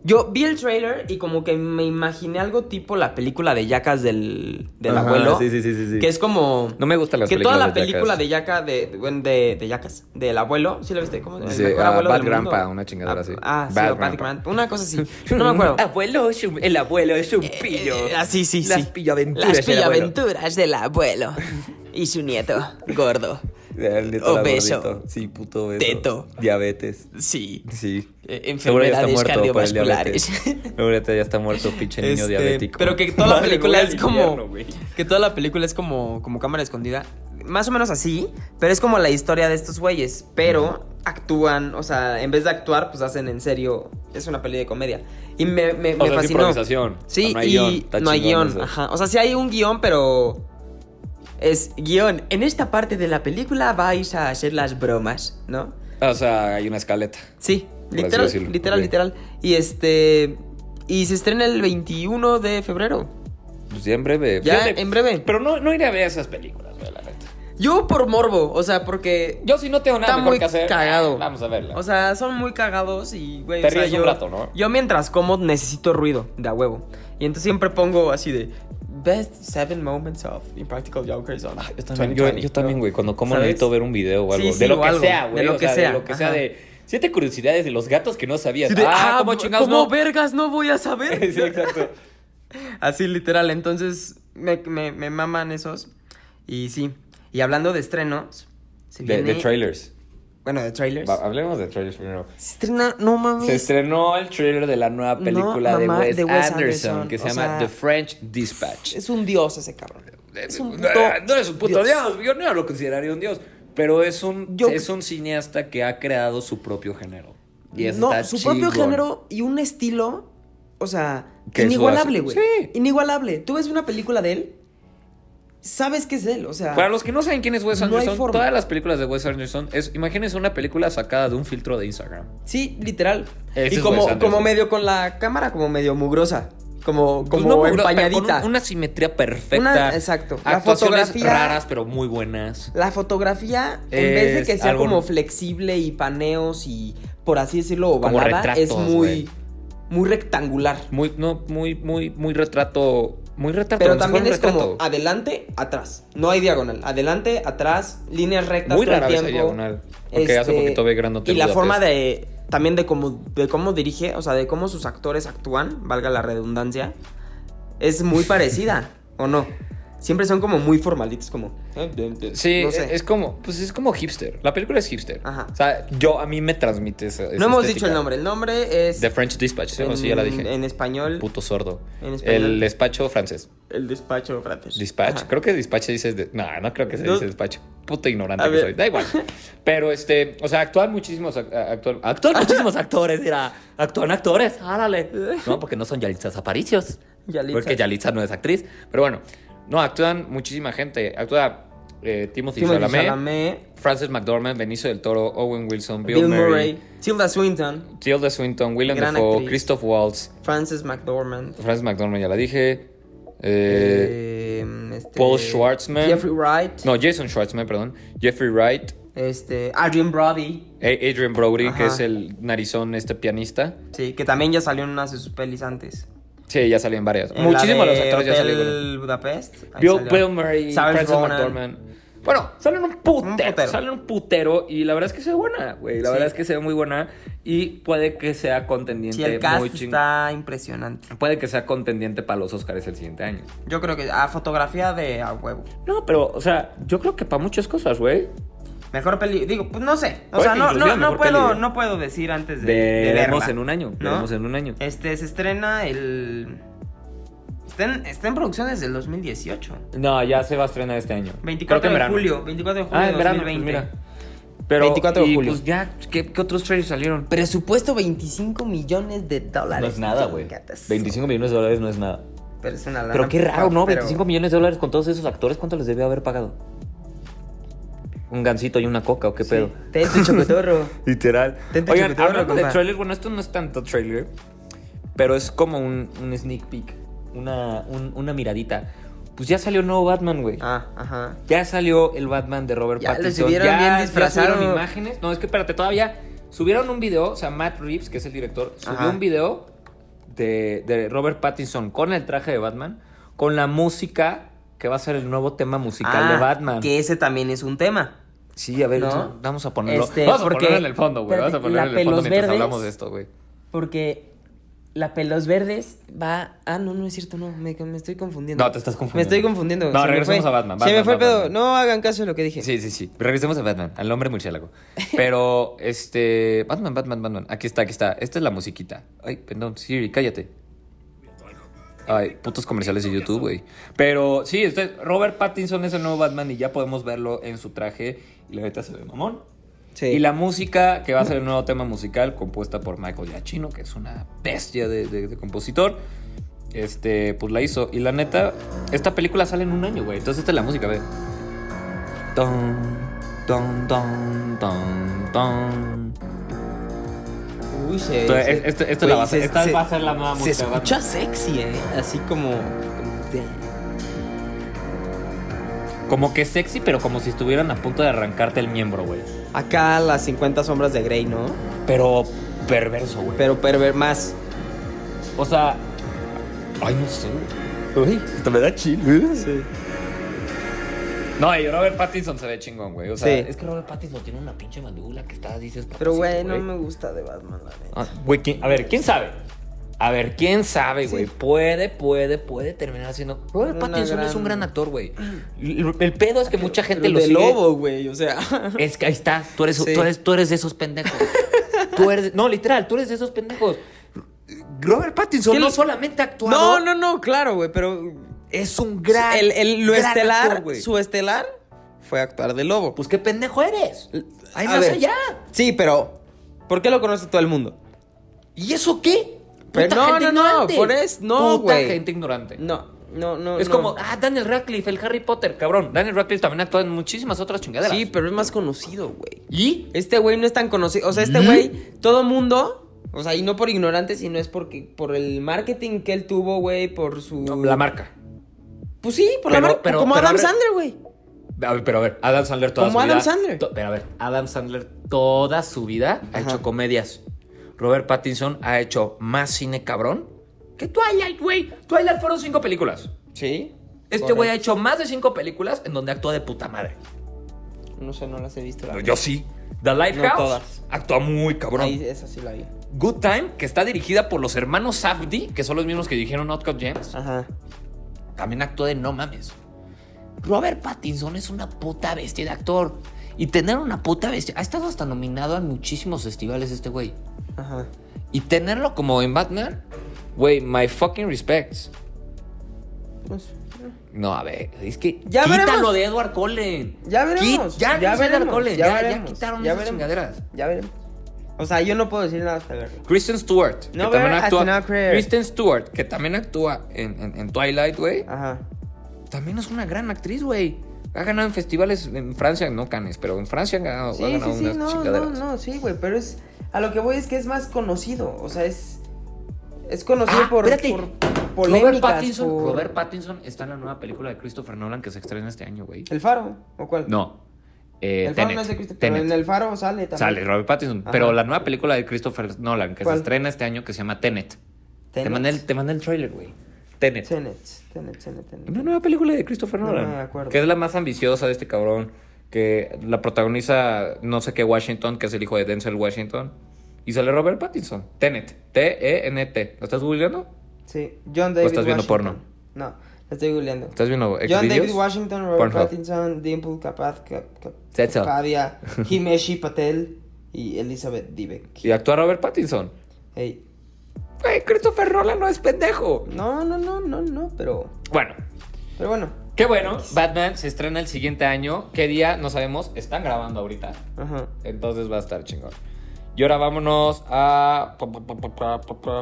Speaker 3: Yo vi el trailer y como que me imaginé algo tipo la película de Yacas del, del
Speaker 2: Ajá,
Speaker 3: abuelo.
Speaker 2: sí, sí, sí, sí, sí.
Speaker 3: Que es como.
Speaker 2: No me gustan las
Speaker 3: Que toda
Speaker 2: películas de
Speaker 3: la película
Speaker 2: Jackass.
Speaker 3: de Yaka, de, bueno, de, de Yacas, del abuelo, ¿sí la viste? ¿Cómo
Speaker 2: Sí,
Speaker 3: mejor
Speaker 2: ah,
Speaker 3: abuelo
Speaker 2: Bad
Speaker 3: del
Speaker 2: Grandpa,
Speaker 3: mundo?
Speaker 2: una chingadera así.
Speaker 3: Ah, sí,
Speaker 2: Bad
Speaker 3: o Bad
Speaker 2: Grandpa.
Speaker 3: Grandpa, una cosa así. No me acuerdo.
Speaker 2: Abuelo es un- el abuelo es un pillo.
Speaker 3: Eh, así, sí,
Speaker 2: Las
Speaker 3: sí.
Speaker 2: pillaventuras
Speaker 3: Las
Speaker 2: del abuelo.
Speaker 3: pillaventuras del abuelo. Y su nieto, gordo.
Speaker 2: El nieto era
Speaker 3: Obeso.
Speaker 2: gordito. Sí, puto obeso.
Speaker 3: Teto.
Speaker 2: Diabetes.
Speaker 3: Sí.
Speaker 2: Sí.
Speaker 3: Eh,
Speaker 2: Seguro ya está muerto
Speaker 3: Enfermedades
Speaker 2: por el
Speaker 3: cardiovasculares.
Speaker 2: diabetes. Seguro ahorita ya está muerto, pinche niño
Speaker 3: Este,
Speaker 2: diabético.
Speaker 3: Pero que toda la
Speaker 2: Madre,
Speaker 3: película
Speaker 2: voy al
Speaker 3: es como.
Speaker 2: infierno, güey.
Speaker 3: que toda la película es como, como cámara escondida. Más o menos así, pero es como la historia de estos güeyes. Pero actúan, o sea, en vez de actuar, pues hacen en serio. Es una peli de comedia. Y me, me,
Speaker 2: O
Speaker 3: me
Speaker 2: sea, es
Speaker 3: fascinó.
Speaker 2: improvisación.
Speaker 3: Sí,
Speaker 2: O sea, Ah, no hay
Speaker 3: y
Speaker 2: guión. Está
Speaker 3: no hay
Speaker 2: chingón
Speaker 3: guión.
Speaker 2: eso.
Speaker 3: Ajá. O sea, sí hay un guión, pero. Es guión. En esta parte de la película vais a hacer las bromas, ¿no?
Speaker 2: O sea, hay una escaleta.
Speaker 3: Sí,
Speaker 2: así
Speaker 3: literal,
Speaker 2: decirlo.
Speaker 3: literal,
Speaker 2: Ok.
Speaker 3: literal. Y este. Y se estrena el 21 de febrero.
Speaker 2: Pues ya en breve.
Speaker 3: Ya, en breve.
Speaker 2: Pero no, no iré a ver esas películas, güey, la neta.
Speaker 3: Yo por morbo, o sea, porque.
Speaker 2: Yo si no tengo nada
Speaker 3: Está
Speaker 2: mejor
Speaker 3: muy
Speaker 2: que hacer. Ah,
Speaker 3: cagado.
Speaker 2: Vamos a verla.
Speaker 3: O sea, son muy cagados y, güey.
Speaker 2: Te
Speaker 3: o sea,
Speaker 2: ríes un
Speaker 3: yo-
Speaker 2: rato, ¿no?
Speaker 3: Yo mientras como necesito ruido, de a huevo. Y entonces siempre pongo así de. Best seven moments of Impractical Jokers on.
Speaker 2: Ah, yo también,
Speaker 3: 2020",
Speaker 2: yo, yo también,
Speaker 3: ¿no?
Speaker 2: güey. Cuando como
Speaker 3: ¿Sabes?
Speaker 2: necesito ver un video o
Speaker 3: Sí,
Speaker 2: algo.
Speaker 3: sí,
Speaker 2: de lo
Speaker 3: o
Speaker 2: que
Speaker 3: algo.
Speaker 2: sea, güey.
Speaker 3: De lo
Speaker 2: o
Speaker 3: que
Speaker 2: sea,
Speaker 3: sea,
Speaker 2: De lo que sea
Speaker 3: ajá.
Speaker 2: de. Siete curiosidades de los gatos que no sabías.
Speaker 3: Sí, de,
Speaker 2: ah,
Speaker 3: ah,
Speaker 2: ¿cómo chingados
Speaker 3: ¿cómo
Speaker 2: no?
Speaker 3: vergas no voy a saber?
Speaker 2: sí, exacto.
Speaker 3: Así literal, entonces me, me- me maman esos. Y sí, y hablando de estrenos, se
Speaker 2: De, de
Speaker 3: viene-
Speaker 2: trailers.
Speaker 3: Bueno, de trailers.
Speaker 2: Va, hablemos de trailers primero.
Speaker 3: Se estrena, no mames.
Speaker 2: Se estrenó el trailer de la nueva
Speaker 3: No,
Speaker 2: película de,
Speaker 3: mamá,
Speaker 2: Wes
Speaker 3: de Wes
Speaker 2: Anderson,
Speaker 3: Anderson,
Speaker 2: que se
Speaker 3: o
Speaker 2: llama
Speaker 3: sea-
Speaker 2: The French Dispatch.
Speaker 3: Es un dios ese cabrón. Es un
Speaker 2: Eh, No, no
Speaker 3: puto
Speaker 2: es un puto dios. yo no lo consideraría un dios, pero es un,
Speaker 3: Yo-
Speaker 2: es un cineasta que ha creado su propio género. Y eso
Speaker 3: No,
Speaker 2: está
Speaker 3: su
Speaker 2: chingón.
Speaker 3: propio género y un estilo, o sea,
Speaker 2: Que eso
Speaker 3: inigualable, güey.
Speaker 2: hace- sí.
Speaker 3: Inigualable. Tú ves una película de él, sabes que es él, o sea.
Speaker 2: Para los que no saben quién es Wes
Speaker 3: No hay
Speaker 2: Anderson,
Speaker 3: forma.
Speaker 2: todas las películas de Wes Anderson es, imagínense una película sacada de un filtro de Instagram.
Speaker 3: Sí, literal.
Speaker 2: Ese
Speaker 3: y
Speaker 2: es
Speaker 3: como,
Speaker 2: Wes Anderson.
Speaker 3: como medio con la cámara, como medio mugrosa. Como, como
Speaker 2: Pues no, pero- pero
Speaker 3: empañadita.
Speaker 2: con un- una simetría perfecta.
Speaker 3: Una- exacto. La
Speaker 2: Actuaciones
Speaker 3: fotografía-
Speaker 2: raras, pero muy buenas.
Speaker 3: La fotografía, en vez de
Speaker 2: Es
Speaker 3: que sea
Speaker 2: algo-
Speaker 3: como flexible y paneos y por así decirlo,
Speaker 2: Como
Speaker 3: ovalada,
Speaker 2: retratos,
Speaker 3: es muy,
Speaker 2: güey.
Speaker 3: muy rectangular.
Speaker 2: Muy, no, muy, muy, muy retrato. Muy retrato.
Speaker 3: Pero
Speaker 2: como si fuera
Speaker 3: también
Speaker 2: un
Speaker 3: es como
Speaker 2: retrato.
Speaker 3: adelante, atrás. No hay diagonal. Adelante, atrás, líneas rectas
Speaker 2: Muy
Speaker 3: todo el
Speaker 2: rara vez hay
Speaker 3: tiempo. Este,
Speaker 2: diagonal, porque hace poquito vi Gran Hotel
Speaker 3: Y la
Speaker 2: Budapest.
Speaker 3: forma de también de cómo, de cómo dirige, o sea, de cómo sus actores actúan, valga la redundancia, es muy parecida, ¿o no? Siempre son como muy formalitos, como...
Speaker 2: Sí,
Speaker 3: no sé.
Speaker 2: es como, pues es como hipster. La película es hipster.
Speaker 3: Ajá.
Speaker 2: O sea, yo a mí me transmite esa. esa
Speaker 3: No hemos
Speaker 2: estética.
Speaker 3: dicho el nombre, el nombre es...
Speaker 2: The French Dispatch, ¿sí? O sí, ya la dije.
Speaker 3: en español,
Speaker 2: Puto sordo.
Speaker 3: en español.
Speaker 2: El despacho francés.
Speaker 3: el despacho francés.
Speaker 2: Dispatch.
Speaker 3: Ajá.
Speaker 2: Creo que dispatch se dice. de- No, no creo que se
Speaker 3: No.
Speaker 2: dice despacho. Puto ignorante
Speaker 3: A
Speaker 2: que
Speaker 3: ver.
Speaker 2: soy. Da igual. Pero este, o sea, actúan muchísimos. ac- Actual, actual muchísimos actores. Mira, actúan actores. Árale. No, porque no son Yalitza Zaparicios.
Speaker 3: Yalitza.
Speaker 2: Porque Yalitza no es actriz. Pero bueno, no, actúan muchísima gente. Actúa eh, Timothy,
Speaker 3: Timothée
Speaker 2: Chalamet,
Speaker 3: Chalamet,
Speaker 2: Frances McDormand, Benicio del Toro, Owen Wilson, Bill,
Speaker 3: Bill
Speaker 2: Murray,
Speaker 3: Murray, Tilda Swinton,
Speaker 2: Tilda Swinton, William
Speaker 3: Gran
Speaker 2: Dafoe,
Speaker 3: actriz.
Speaker 2: Christoph Waltz,
Speaker 3: Frances McDormand,
Speaker 2: Frances McDormand ya la dije. eh,
Speaker 3: eh, este,
Speaker 2: Paul Schwartzman.
Speaker 3: Jeffrey Wright,
Speaker 2: no, Jason Schwartzman, perdón. Jeffrey Wright,
Speaker 3: este, Adrian Brody,
Speaker 2: A- Adrian Brody,
Speaker 3: Ajá.
Speaker 2: que es el narizón, este pianista.
Speaker 3: sí, que también ya salió en una de sus pelis antes.
Speaker 2: Sí, ya salen varias.
Speaker 3: En
Speaker 2: Muchísimos
Speaker 3: la
Speaker 2: de los
Speaker 3: de
Speaker 2: actores ya
Speaker 3: Hotel
Speaker 2: salieron.
Speaker 3: Budapest. ahí
Speaker 2: Bill,
Speaker 3: salió.
Speaker 2: Bill Murray,
Speaker 3: Saoirse
Speaker 2: Frances
Speaker 3: Ronan.
Speaker 2: McDormand. Bueno, salen un putero,
Speaker 3: Un putero.
Speaker 2: Salen un putero y la verdad es que se ve buena, güey. La
Speaker 3: Sí.
Speaker 2: verdad es que se ve muy buena y puede que sea contendiente
Speaker 3: Sí, el cast
Speaker 2: muy ching-
Speaker 3: está impresionante.
Speaker 2: Puede que sea contendiente para los Oscars el siguiente año.
Speaker 3: Yo creo que a fotografía de a huevo.
Speaker 2: No, pero, o sea, yo creo que para muchas cosas, güey.
Speaker 3: Mejor peli, digo, pues no sé. O
Speaker 2: Puede
Speaker 3: sea,
Speaker 2: que
Speaker 3: no,
Speaker 2: inclusive
Speaker 3: no, no
Speaker 2: mejor
Speaker 3: puedo,
Speaker 2: peli.
Speaker 3: no puedo decir antes de, de
Speaker 2: Veremos
Speaker 3: verla.
Speaker 2: en un año.
Speaker 3: ¿no?
Speaker 2: Veremos en un año.
Speaker 3: Este se estrena el está en, está en producción desde el 2018.
Speaker 2: No, ya se va a estrenar este año. Creo que
Speaker 3: 24
Speaker 2: en
Speaker 3: de
Speaker 2: verano.
Speaker 3: julio, 24 de julio
Speaker 2: Ah,
Speaker 3: de
Speaker 2: en verano,
Speaker 3: 2020.
Speaker 2: pues mira. Pero,
Speaker 3: 24 de
Speaker 2: y,
Speaker 3: julio.
Speaker 2: Pues ya, ¿qué, qué otros trailers salieron?
Speaker 3: Presupuesto 25 millones de dólares.
Speaker 2: No es nada, güey.
Speaker 3: Chingatas.
Speaker 2: 25 millones de dólares no es nada.
Speaker 3: Pero es una lana,
Speaker 2: Pero qué raro, ¿no?
Speaker 3: pero-
Speaker 2: 25 millones de dólares con todos esos actores, ¿cuánto les debe haber pagado? ¿Un gancito y una coca o qué
Speaker 3: Sí.
Speaker 2: pedo?
Speaker 3: Ten tu chocotorro.
Speaker 2: Literal.
Speaker 3: Tente
Speaker 2: Oigan,
Speaker 3: chiquitito,
Speaker 2: hablando de
Speaker 3: compa.
Speaker 2: trailer, bueno, esto no es tanto trailer, pero es como un, un sneak peek, una, un- una miradita. Pues ya salió el nuevo Batman, güey.
Speaker 3: ah, ajá.
Speaker 2: Ya salió el Batman de Robert
Speaker 3: Ya lo
Speaker 2: Pattinson.
Speaker 3: subieron bien disfrazado.
Speaker 2: subieron imágenes. No, es que espérate, todavía subieron un video, o sea, Matt Reeves, que es el director, subió
Speaker 3: Ajá.
Speaker 2: un video de, de Robert Pattinson con el traje de Batman, con la música que va a ser el nuevo tema musical
Speaker 3: Ah,
Speaker 2: de Batman.
Speaker 3: Que ese también es un tema.
Speaker 2: Sí, a ver,
Speaker 3: ¿No?
Speaker 2: vamos a ponerlo.
Speaker 3: Este,
Speaker 2: vamos a
Speaker 3: porque-
Speaker 2: ponerlo en el fondo, güey. Vamos a
Speaker 3: espérate,
Speaker 2: ponerlo
Speaker 3: la
Speaker 2: en el fondo
Speaker 3: pelos
Speaker 2: mientras
Speaker 3: verdes.
Speaker 2: hablamos de esto, güey.
Speaker 3: Porque la pelos verdes va. Ah, no, no es cierto, no. Me, me estoy confundiendo.
Speaker 2: No, te estás confundiendo.
Speaker 3: Me estoy confundiendo.
Speaker 2: No,
Speaker 3: se me
Speaker 2: regresemos
Speaker 3: fue.
Speaker 2: a Batman,
Speaker 3: se me
Speaker 2: Batman,
Speaker 3: fue el
Speaker 2: Batman.
Speaker 3: pedo. No hagan caso de lo que dije.
Speaker 2: Sí, sí, sí. Regresemos a Batman, al hombre murciélago. Pero, este. Batman, Batman, Batman. Aquí está, aquí está. Esta es la musiquita. Ay, perdón, Siri, cállate. Ay, putos comerciales de YouTube, güey. Pero sí, este- Robert Pattinson es el nuevo Batman y ya podemos verlo en su traje. Y la neta se ve mamón.
Speaker 3: Sí.
Speaker 2: Y la música, que va a ser el nuevo tema musical, compuesta por Michael Giacchino, que es una bestia de, de- de compositor. Este, pues la hizo. Y la neta, esta película sale en un año, güey. Entonces esta es la música, ve. Ton, ton, ton, ton, ton.
Speaker 3: Uy, se.
Speaker 2: Entonces,
Speaker 3: se-
Speaker 2: es- esta- esta
Speaker 3: Güey,
Speaker 2: la va a ser-
Speaker 3: se-
Speaker 2: esta
Speaker 3: se-
Speaker 2: va a ser la nueva
Speaker 3: Se
Speaker 2: música. de
Speaker 3: escucha sexy, ¿eh? Así como.
Speaker 2: Batman. Como que sexy, pero como si estuvieran a punto de arrancarte el miembro, güey.
Speaker 3: Acá las 50 sombras de Grey, ¿no?
Speaker 2: Pero perverso, güey.
Speaker 3: Pero perver más.
Speaker 2: O sea. Ay, no sé. güey. Uy, esto me da chill, güey. No, y Robert Pattinson se ve chingón, güey. O sea,
Speaker 3: Sí.
Speaker 2: es que Robert Pattinson tiene una pinche mandíbula que está, dices,
Speaker 3: Pero,
Speaker 2: papacito,
Speaker 3: güey, no me gusta de Batman, la neta.
Speaker 2: Ah, güey, ¿quién- a ver, ¿quién sabe? A ver, ¿quién sabe, güey? Puede, puede, puede terminar siendo. Robert
Speaker 3: Una
Speaker 2: Pattinson es un
Speaker 3: gran-
Speaker 2: gran actor, güey. El, el pedo es que mucha gente
Speaker 3: Pero
Speaker 2: lo
Speaker 3: de
Speaker 2: sigue.
Speaker 3: lobo, güey, o sea.
Speaker 2: Es que ahí está, tú eres,
Speaker 3: Sí.
Speaker 2: tú eres, tú eres de esos pendejos. tú eres, no, literal, tú eres de esos pendejos. Robert Pattinson
Speaker 3: ¿Quién-
Speaker 2: no solamente ha actuado,
Speaker 3: No, no, no, claro, güey, pero.
Speaker 2: es un gran.
Speaker 3: el, el- lo
Speaker 2: gran
Speaker 3: estelar,
Speaker 2: actor, güey.
Speaker 3: su estelar fue actuar de lobo.
Speaker 2: Pues qué pendejo eres. Hay
Speaker 3: A
Speaker 2: más
Speaker 3: ver.
Speaker 2: allá.
Speaker 3: Sí, pero. ¿Por qué lo conoce todo el mundo?
Speaker 2: ¿Y eso qué? Puta
Speaker 3: Pero no,
Speaker 2: gente
Speaker 3: no, no,
Speaker 2: ignorante.
Speaker 3: por es- no,
Speaker 2: Puta
Speaker 3: güey.
Speaker 2: gente ignorante.
Speaker 3: No, no, no.
Speaker 2: es
Speaker 3: no.
Speaker 2: como, ah, Daniel Radcliffe, el Harry Potter, cabrón. Daniel Radcliffe también actúa en muchísimas otras chingaderas.
Speaker 3: Sí, pero es más conocido, güey.
Speaker 2: ¿Y?
Speaker 3: Este güey no es tan conocido. O sea, este güey, todo mundo. O sea, y no por ignorante, sino es porque por el marketing que él tuvo, güey, por su.
Speaker 2: La marca.
Speaker 3: Pues sí, por la
Speaker 2: Pero-
Speaker 3: marca.
Speaker 2: pero-
Speaker 3: como
Speaker 2: pero
Speaker 3: Adam
Speaker 2: abre-
Speaker 3: Sandler, güey.
Speaker 2: A ver, pero a ver, Adam Sandler toda
Speaker 3: Como
Speaker 2: su vida.
Speaker 3: Adam Sandler.
Speaker 2: to- pero a ver, Adam Sandler toda su vida ha
Speaker 3: Ajá.
Speaker 2: hecho comedias. Robert Pattinson ha hecho más cine cabrón que Twilight, güey. Twilight fueron cinco películas.
Speaker 3: Sí.
Speaker 2: Este
Speaker 3: Correcto.
Speaker 2: güey ha hecho más de cinco películas en donde actúa de puta madre.
Speaker 3: No sé, no las he visto. la
Speaker 1: Pero
Speaker 3: verdad.
Speaker 1: Yo sí. The
Speaker 3: No
Speaker 1: Lighthouse
Speaker 3: todas.
Speaker 1: actúa muy cabrón.
Speaker 3: Ahí, esa sí la vi.
Speaker 1: Good Time, que está dirigida por los hermanos Safdie, que son los mismos que dirigieron Outcast James,
Speaker 3: Ajá.
Speaker 1: también actúa de no mames. Robert Pattinson es una puta bestia de actor. Y tener una puta bestia. Ha estado hasta nominado a muchísimos festivales este güey.
Speaker 3: Ajá.
Speaker 1: Y tenerlo como en Batman, güey, my fucking respects.
Speaker 3: Pues,
Speaker 1: No, a ver, es que
Speaker 3: Ya
Speaker 1: quítalo
Speaker 3: veremos.
Speaker 1: de Edward Cullen.
Speaker 3: Ya veremos,
Speaker 1: Qui- ya,
Speaker 3: ya
Speaker 1: no es Edward
Speaker 3: veremos,
Speaker 1: Cullen,
Speaker 3: ya
Speaker 1: ya, ya
Speaker 3: veremos,
Speaker 1: quitaron
Speaker 3: ya
Speaker 1: esas
Speaker 3: veremos.
Speaker 1: chingaderas.
Speaker 3: ya veremos. O sea, yo no puedo decir nada hasta verlo.
Speaker 1: Kristen Stewart, que
Speaker 3: No
Speaker 1: también
Speaker 3: ver as an
Speaker 1: actúa.
Speaker 3: actor.
Speaker 1: Kristen Stewart, que también actúa en, en- en Twilight, güey.
Speaker 3: Ajá.
Speaker 1: También es una gran actriz, güey. Ha ganado en festivales en Francia, no Cannes, pero en Francia ha ganado, ha
Speaker 3: Sí, sí,
Speaker 1: ganado
Speaker 3: sí,
Speaker 1: unas
Speaker 3: no, no,
Speaker 1: chingaderas.
Speaker 3: no, sí, güey, pero es... A lo que voy es que es más conocido, o sea, es... Es conocido por,
Speaker 1: Ah, espérate.
Speaker 3: por polémicas,
Speaker 1: Robert Pattinson,
Speaker 3: por-
Speaker 1: Robert Pattinson está en la nueva película de Christopher Nolan que se estrena este año, güey.
Speaker 3: ¿El Faro? ¿O cuál?
Speaker 1: No. Eh,
Speaker 3: El Faro
Speaker 1: Tenet,
Speaker 3: no es de Cristo, pero
Speaker 1: Tenet.
Speaker 3: en El Faro sale también.
Speaker 1: Sale Robert Pattinson.
Speaker 3: Ajá.
Speaker 1: Pero la nueva película de Christopher Nolan que
Speaker 3: ¿Cuál?
Speaker 1: se estrena este año que se llama Tenet. Te
Speaker 3: Tenet.
Speaker 1: mandé el, te mandé el trailer, güey. Tenet.
Speaker 3: Tenet, Tenet, Tenet, Tenet.
Speaker 1: Una nueva película de Christopher
Speaker 3: No
Speaker 1: Nolan.
Speaker 3: me acuerdo.
Speaker 1: Que es la más ambiciosa de este cabrón. Que la protagoniza no sé qué Washington, que es el hijo de Denzel Washington. Y sale Robert Pattinson. Tenet. T-E-N-T. ¿Lo estás googleando?
Speaker 3: Sí, John David
Speaker 1: estás viendo
Speaker 3: Washington.
Speaker 1: porno?
Speaker 3: No, la estoy googleando.
Speaker 1: ¿Estás viendo
Speaker 3: John David
Speaker 1: Xvideos?
Speaker 3: Washington, Robert
Speaker 1: Pornhub.
Speaker 3: Pattinson, Dimple Kapat, Kap- Kap-
Speaker 1: Sexo.
Speaker 3: Kapadia, Himeshi Patel y Elizabeth Dibek.
Speaker 1: Y actúa Robert Pattinson.
Speaker 3: Ey.
Speaker 1: Güey, Christopher Nolan no es pendejo.
Speaker 3: No, no, no, no, no, pero,
Speaker 1: Bueno,
Speaker 3: pero bueno.
Speaker 1: qué bueno. Batman se estrena el siguiente año. ¿Qué día? No sabemos. Están grabando ahorita.
Speaker 3: Ajá.
Speaker 1: Entonces va a estar chingón. Y ahora vámonos a. a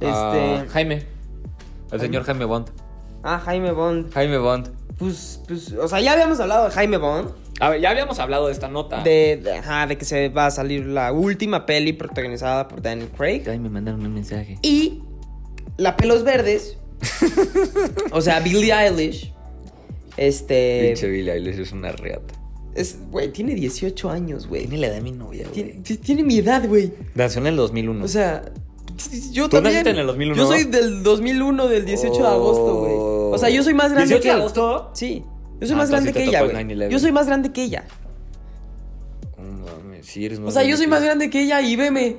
Speaker 3: Este-
Speaker 1: Jaime. El señor Jaime Bond.
Speaker 3: Ah, Jaime Bond.
Speaker 1: Jaime Bond.
Speaker 3: Pues, pues, o sea, ya habíamos hablado de Jaime Bond.
Speaker 1: A ver, ya habíamos hablado de esta
Speaker 2: Ah.
Speaker 1: nota.
Speaker 3: De, de- ajá, de que se va a salir la última peli protagonizada por Daniel Craig.
Speaker 1: Ay, me mandaron un mensaje.
Speaker 3: Y la pelos verdes. o sea, Billie Eilish.
Speaker 2: Pinche
Speaker 3: Este.
Speaker 2: Billie Eilish es una reata.
Speaker 3: es- Güey, tiene 18 años, güey.
Speaker 2: Tiene la edad de mi novia, güey.
Speaker 3: Tien- ti- Tiene mi edad, güey.
Speaker 2: Nació en el 2001.
Speaker 3: O sea, yo
Speaker 2: Tú
Speaker 3: también.
Speaker 2: naciste en el 2001,
Speaker 3: Yo
Speaker 2: ¿no?
Speaker 3: soy del 2001, del 18 de agosto, güey. O sea, yo soy más grande
Speaker 1: 18
Speaker 3: que
Speaker 1: de agosto.
Speaker 3: Sí. Yo soy
Speaker 2: Ah, entonces
Speaker 3: más grande
Speaker 2: te
Speaker 3: que
Speaker 2: tocó
Speaker 3: ella,
Speaker 2: el
Speaker 3: güey.
Speaker 2: 9/11.
Speaker 3: Yo soy más grande que ella.
Speaker 2: No mames, sí eres
Speaker 3: O sea, yo soy más grande que ella y veme.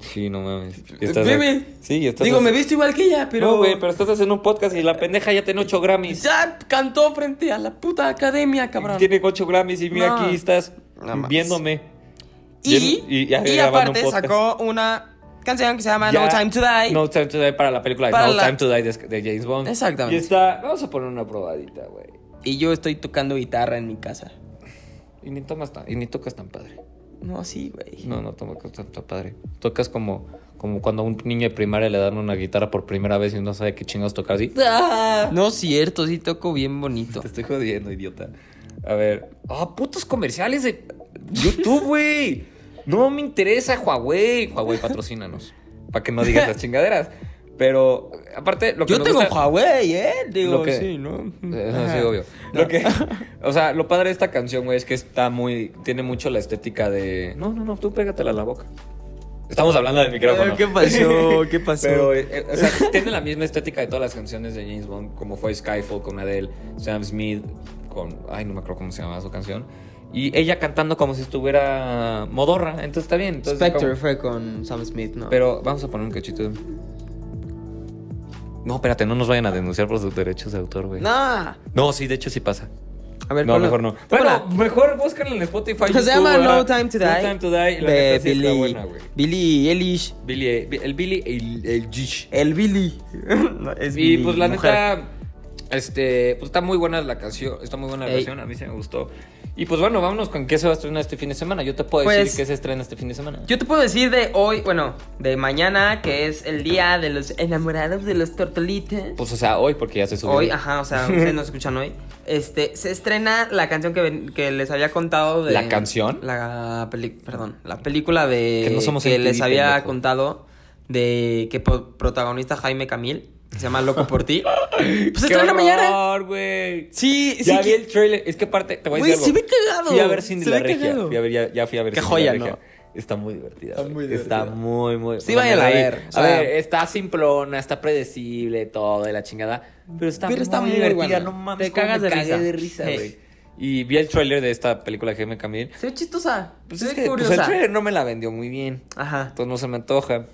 Speaker 2: Sí, no mames.
Speaker 3: veme.
Speaker 2: Sí, estás.
Speaker 3: Digo, me he visto igual que ella, pero.
Speaker 2: No, güey, pero estás haciendo un podcast y la pendeja ya tiene 8 Grammys.
Speaker 3: Ya cantó frente a la puta academia, cabrón.
Speaker 2: Tiene 8 Grammys y mira
Speaker 3: No.
Speaker 2: aquí estás
Speaker 3: No mames.
Speaker 2: viéndome.
Speaker 3: Y,
Speaker 2: Y- y- ya
Speaker 3: y
Speaker 2: grabando
Speaker 3: aparte
Speaker 2: un podcast.
Speaker 3: sacó una canción que se llama
Speaker 2: Ya-
Speaker 3: No Time to Die.
Speaker 2: No Time to Die para la película de
Speaker 3: Para
Speaker 2: No
Speaker 3: la-
Speaker 2: Time to Die de, de James Bond.
Speaker 3: Exactamente.
Speaker 2: Y está. Vamos a poner una probadita, güey.
Speaker 3: Y yo estoy tocando guitarra en mi casa.
Speaker 2: Y ni, tomas tan, y ni tocas tan padre.
Speaker 3: No, sí, güey.
Speaker 2: No, no tocas tan, tan padre. Tocas como, como cuando a un niño de primaria le dan una guitarra por primera vez y no sabe qué chingados tocar así.
Speaker 3: No. es cierto, sí toco bien bonito.
Speaker 2: Te estoy jodiendo, idiota. A ver. Ah, putos comerciales de YouTube, güey. No me interesa Huawei. Huawei, patrocínanos. Para que no digas las chingaderas. Pero, aparte, lo que
Speaker 3: Yo
Speaker 2: me
Speaker 3: tengo
Speaker 2: gusta-
Speaker 3: Huawei, ¿eh? Digo,
Speaker 2: Lo que-
Speaker 3: sí, ¿no?
Speaker 2: Eh,
Speaker 3: Mm. Ajá.
Speaker 2: sí, obvio. Lo que, o sea, lo padre de esta canción, güey, es que está muy. Tiene mucho la estética de. No, no, no, tú pégatela a la boca. Estamos hablando del micrófono.
Speaker 3: Pero, Eh, ¿Qué pasó? ¿Qué pasó?
Speaker 2: Pero, eh, o sea, tiene la misma estética de todas las canciones de James Bond, como fue Skyfall con Adele, Sam Smith con. Ay, no me acuerdo cómo se llamaba su canción. Y ella cantando como si estuviera modorra. Entonces está bien. Entonces,
Speaker 3: Spectre
Speaker 2: como-
Speaker 3: fue con Sam Smith, ¿no?
Speaker 2: pero vamos a poner un cachito. No, espérate, no nos vayan a denunciar por sus derechos de autor, güey.
Speaker 3: No. A
Speaker 2: No, sí, de hecho sí pasa.
Speaker 3: ver,
Speaker 2: No,
Speaker 3: ponlo.
Speaker 2: mejor no.
Speaker 3: Ponla.
Speaker 2: Bueno, mejor búscala en Spotify.
Speaker 3: se
Speaker 2: YouTube,
Speaker 3: llama
Speaker 2: ¿verdad?
Speaker 3: No Time to Die.
Speaker 2: No Time to Die. y La
Speaker 3: de
Speaker 2: neta sí está
Speaker 3: Billy.
Speaker 2: buena, güey.
Speaker 3: Billy Eilish.
Speaker 2: Billy, el Billy, el, el Gish.
Speaker 3: El Billy. No, es
Speaker 2: Y
Speaker 3: Billie,
Speaker 2: pues la
Speaker 3: mujer.
Speaker 2: neta, este, pues está muy buena la canción, está muy buena la
Speaker 3: Ey.
Speaker 2: canción, a mí sí me gustó. Y pues bueno, vámonos con qué se va a estrenar este fin de semana. Yo te puedo
Speaker 3: Pues-
Speaker 2: decir qué se estrena este fin de semana.
Speaker 3: Yo te puedo decir de hoy, bueno, de mañana, que es el día de los enamorados de los tortolites.
Speaker 2: Pues o sea, hoy porque ya se subió.
Speaker 3: hoy, ajá, o sea, ustedes nos escuchan hoy. Este, se estrena la canción que, ven- que les había contado de...
Speaker 2: ¿La canción?
Speaker 3: La peli, perdón, la película de...
Speaker 2: Que no somos MTV,
Speaker 3: les había
Speaker 2: pendejo.
Speaker 3: contado de que po- protagonista Jaime Camil, que se llama Loco por ti. pues
Speaker 2: ¡Qué
Speaker 3: estrena mañana.
Speaker 2: horror, güey.
Speaker 3: Sí, sí.
Speaker 2: ya vi
Speaker 3: que-
Speaker 2: el trailer. Es que aparte, te voy a
Speaker 3: Güey,
Speaker 2: decir
Speaker 3: se
Speaker 2: algo.
Speaker 3: ve cagado.
Speaker 2: Fui a ver Cindy
Speaker 3: Se
Speaker 2: la
Speaker 3: ve
Speaker 2: Regia.
Speaker 3: cagado.
Speaker 2: Fui a ver, ya, ya fui a ver
Speaker 3: Qué
Speaker 2: Cindy
Speaker 3: joya,
Speaker 2: la Regia.
Speaker 3: ¿no?
Speaker 2: Está muy divertida.
Speaker 3: Está
Speaker 2: güey.
Speaker 3: muy
Speaker 2: Está
Speaker 3: divertida.
Speaker 2: muy, muy...
Speaker 3: Sí,
Speaker 2: o sea,
Speaker 3: vayan
Speaker 2: me
Speaker 3: a
Speaker 2: reí.
Speaker 3: ver, o
Speaker 2: a
Speaker 3: sea-
Speaker 2: ver, está simplona, está predecible, todo de la chingada. Pero está,
Speaker 3: Pero está
Speaker 2: muy,
Speaker 3: muy
Speaker 2: divertida.
Speaker 3: buena.
Speaker 2: No mames,
Speaker 3: Te
Speaker 2: cómo
Speaker 3: cagas
Speaker 2: me
Speaker 3: de
Speaker 2: cagué
Speaker 3: risa.
Speaker 2: de risa,
Speaker 3: Sí.
Speaker 2: güey. Y vi el tráiler de esta película que me cambié.
Speaker 3: Se ve chistosa.
Speaker 2: Pues
Speaker 3: se
Speaker 2: es
Speaker 3: ve
Speaker 2: que pues, el
Speaker 3: curiosa.
Speaker 2: tráiler no me la vendió muy bien.
Speaker 3: Ajá.
Speaker 2: Entonces no se me antoja.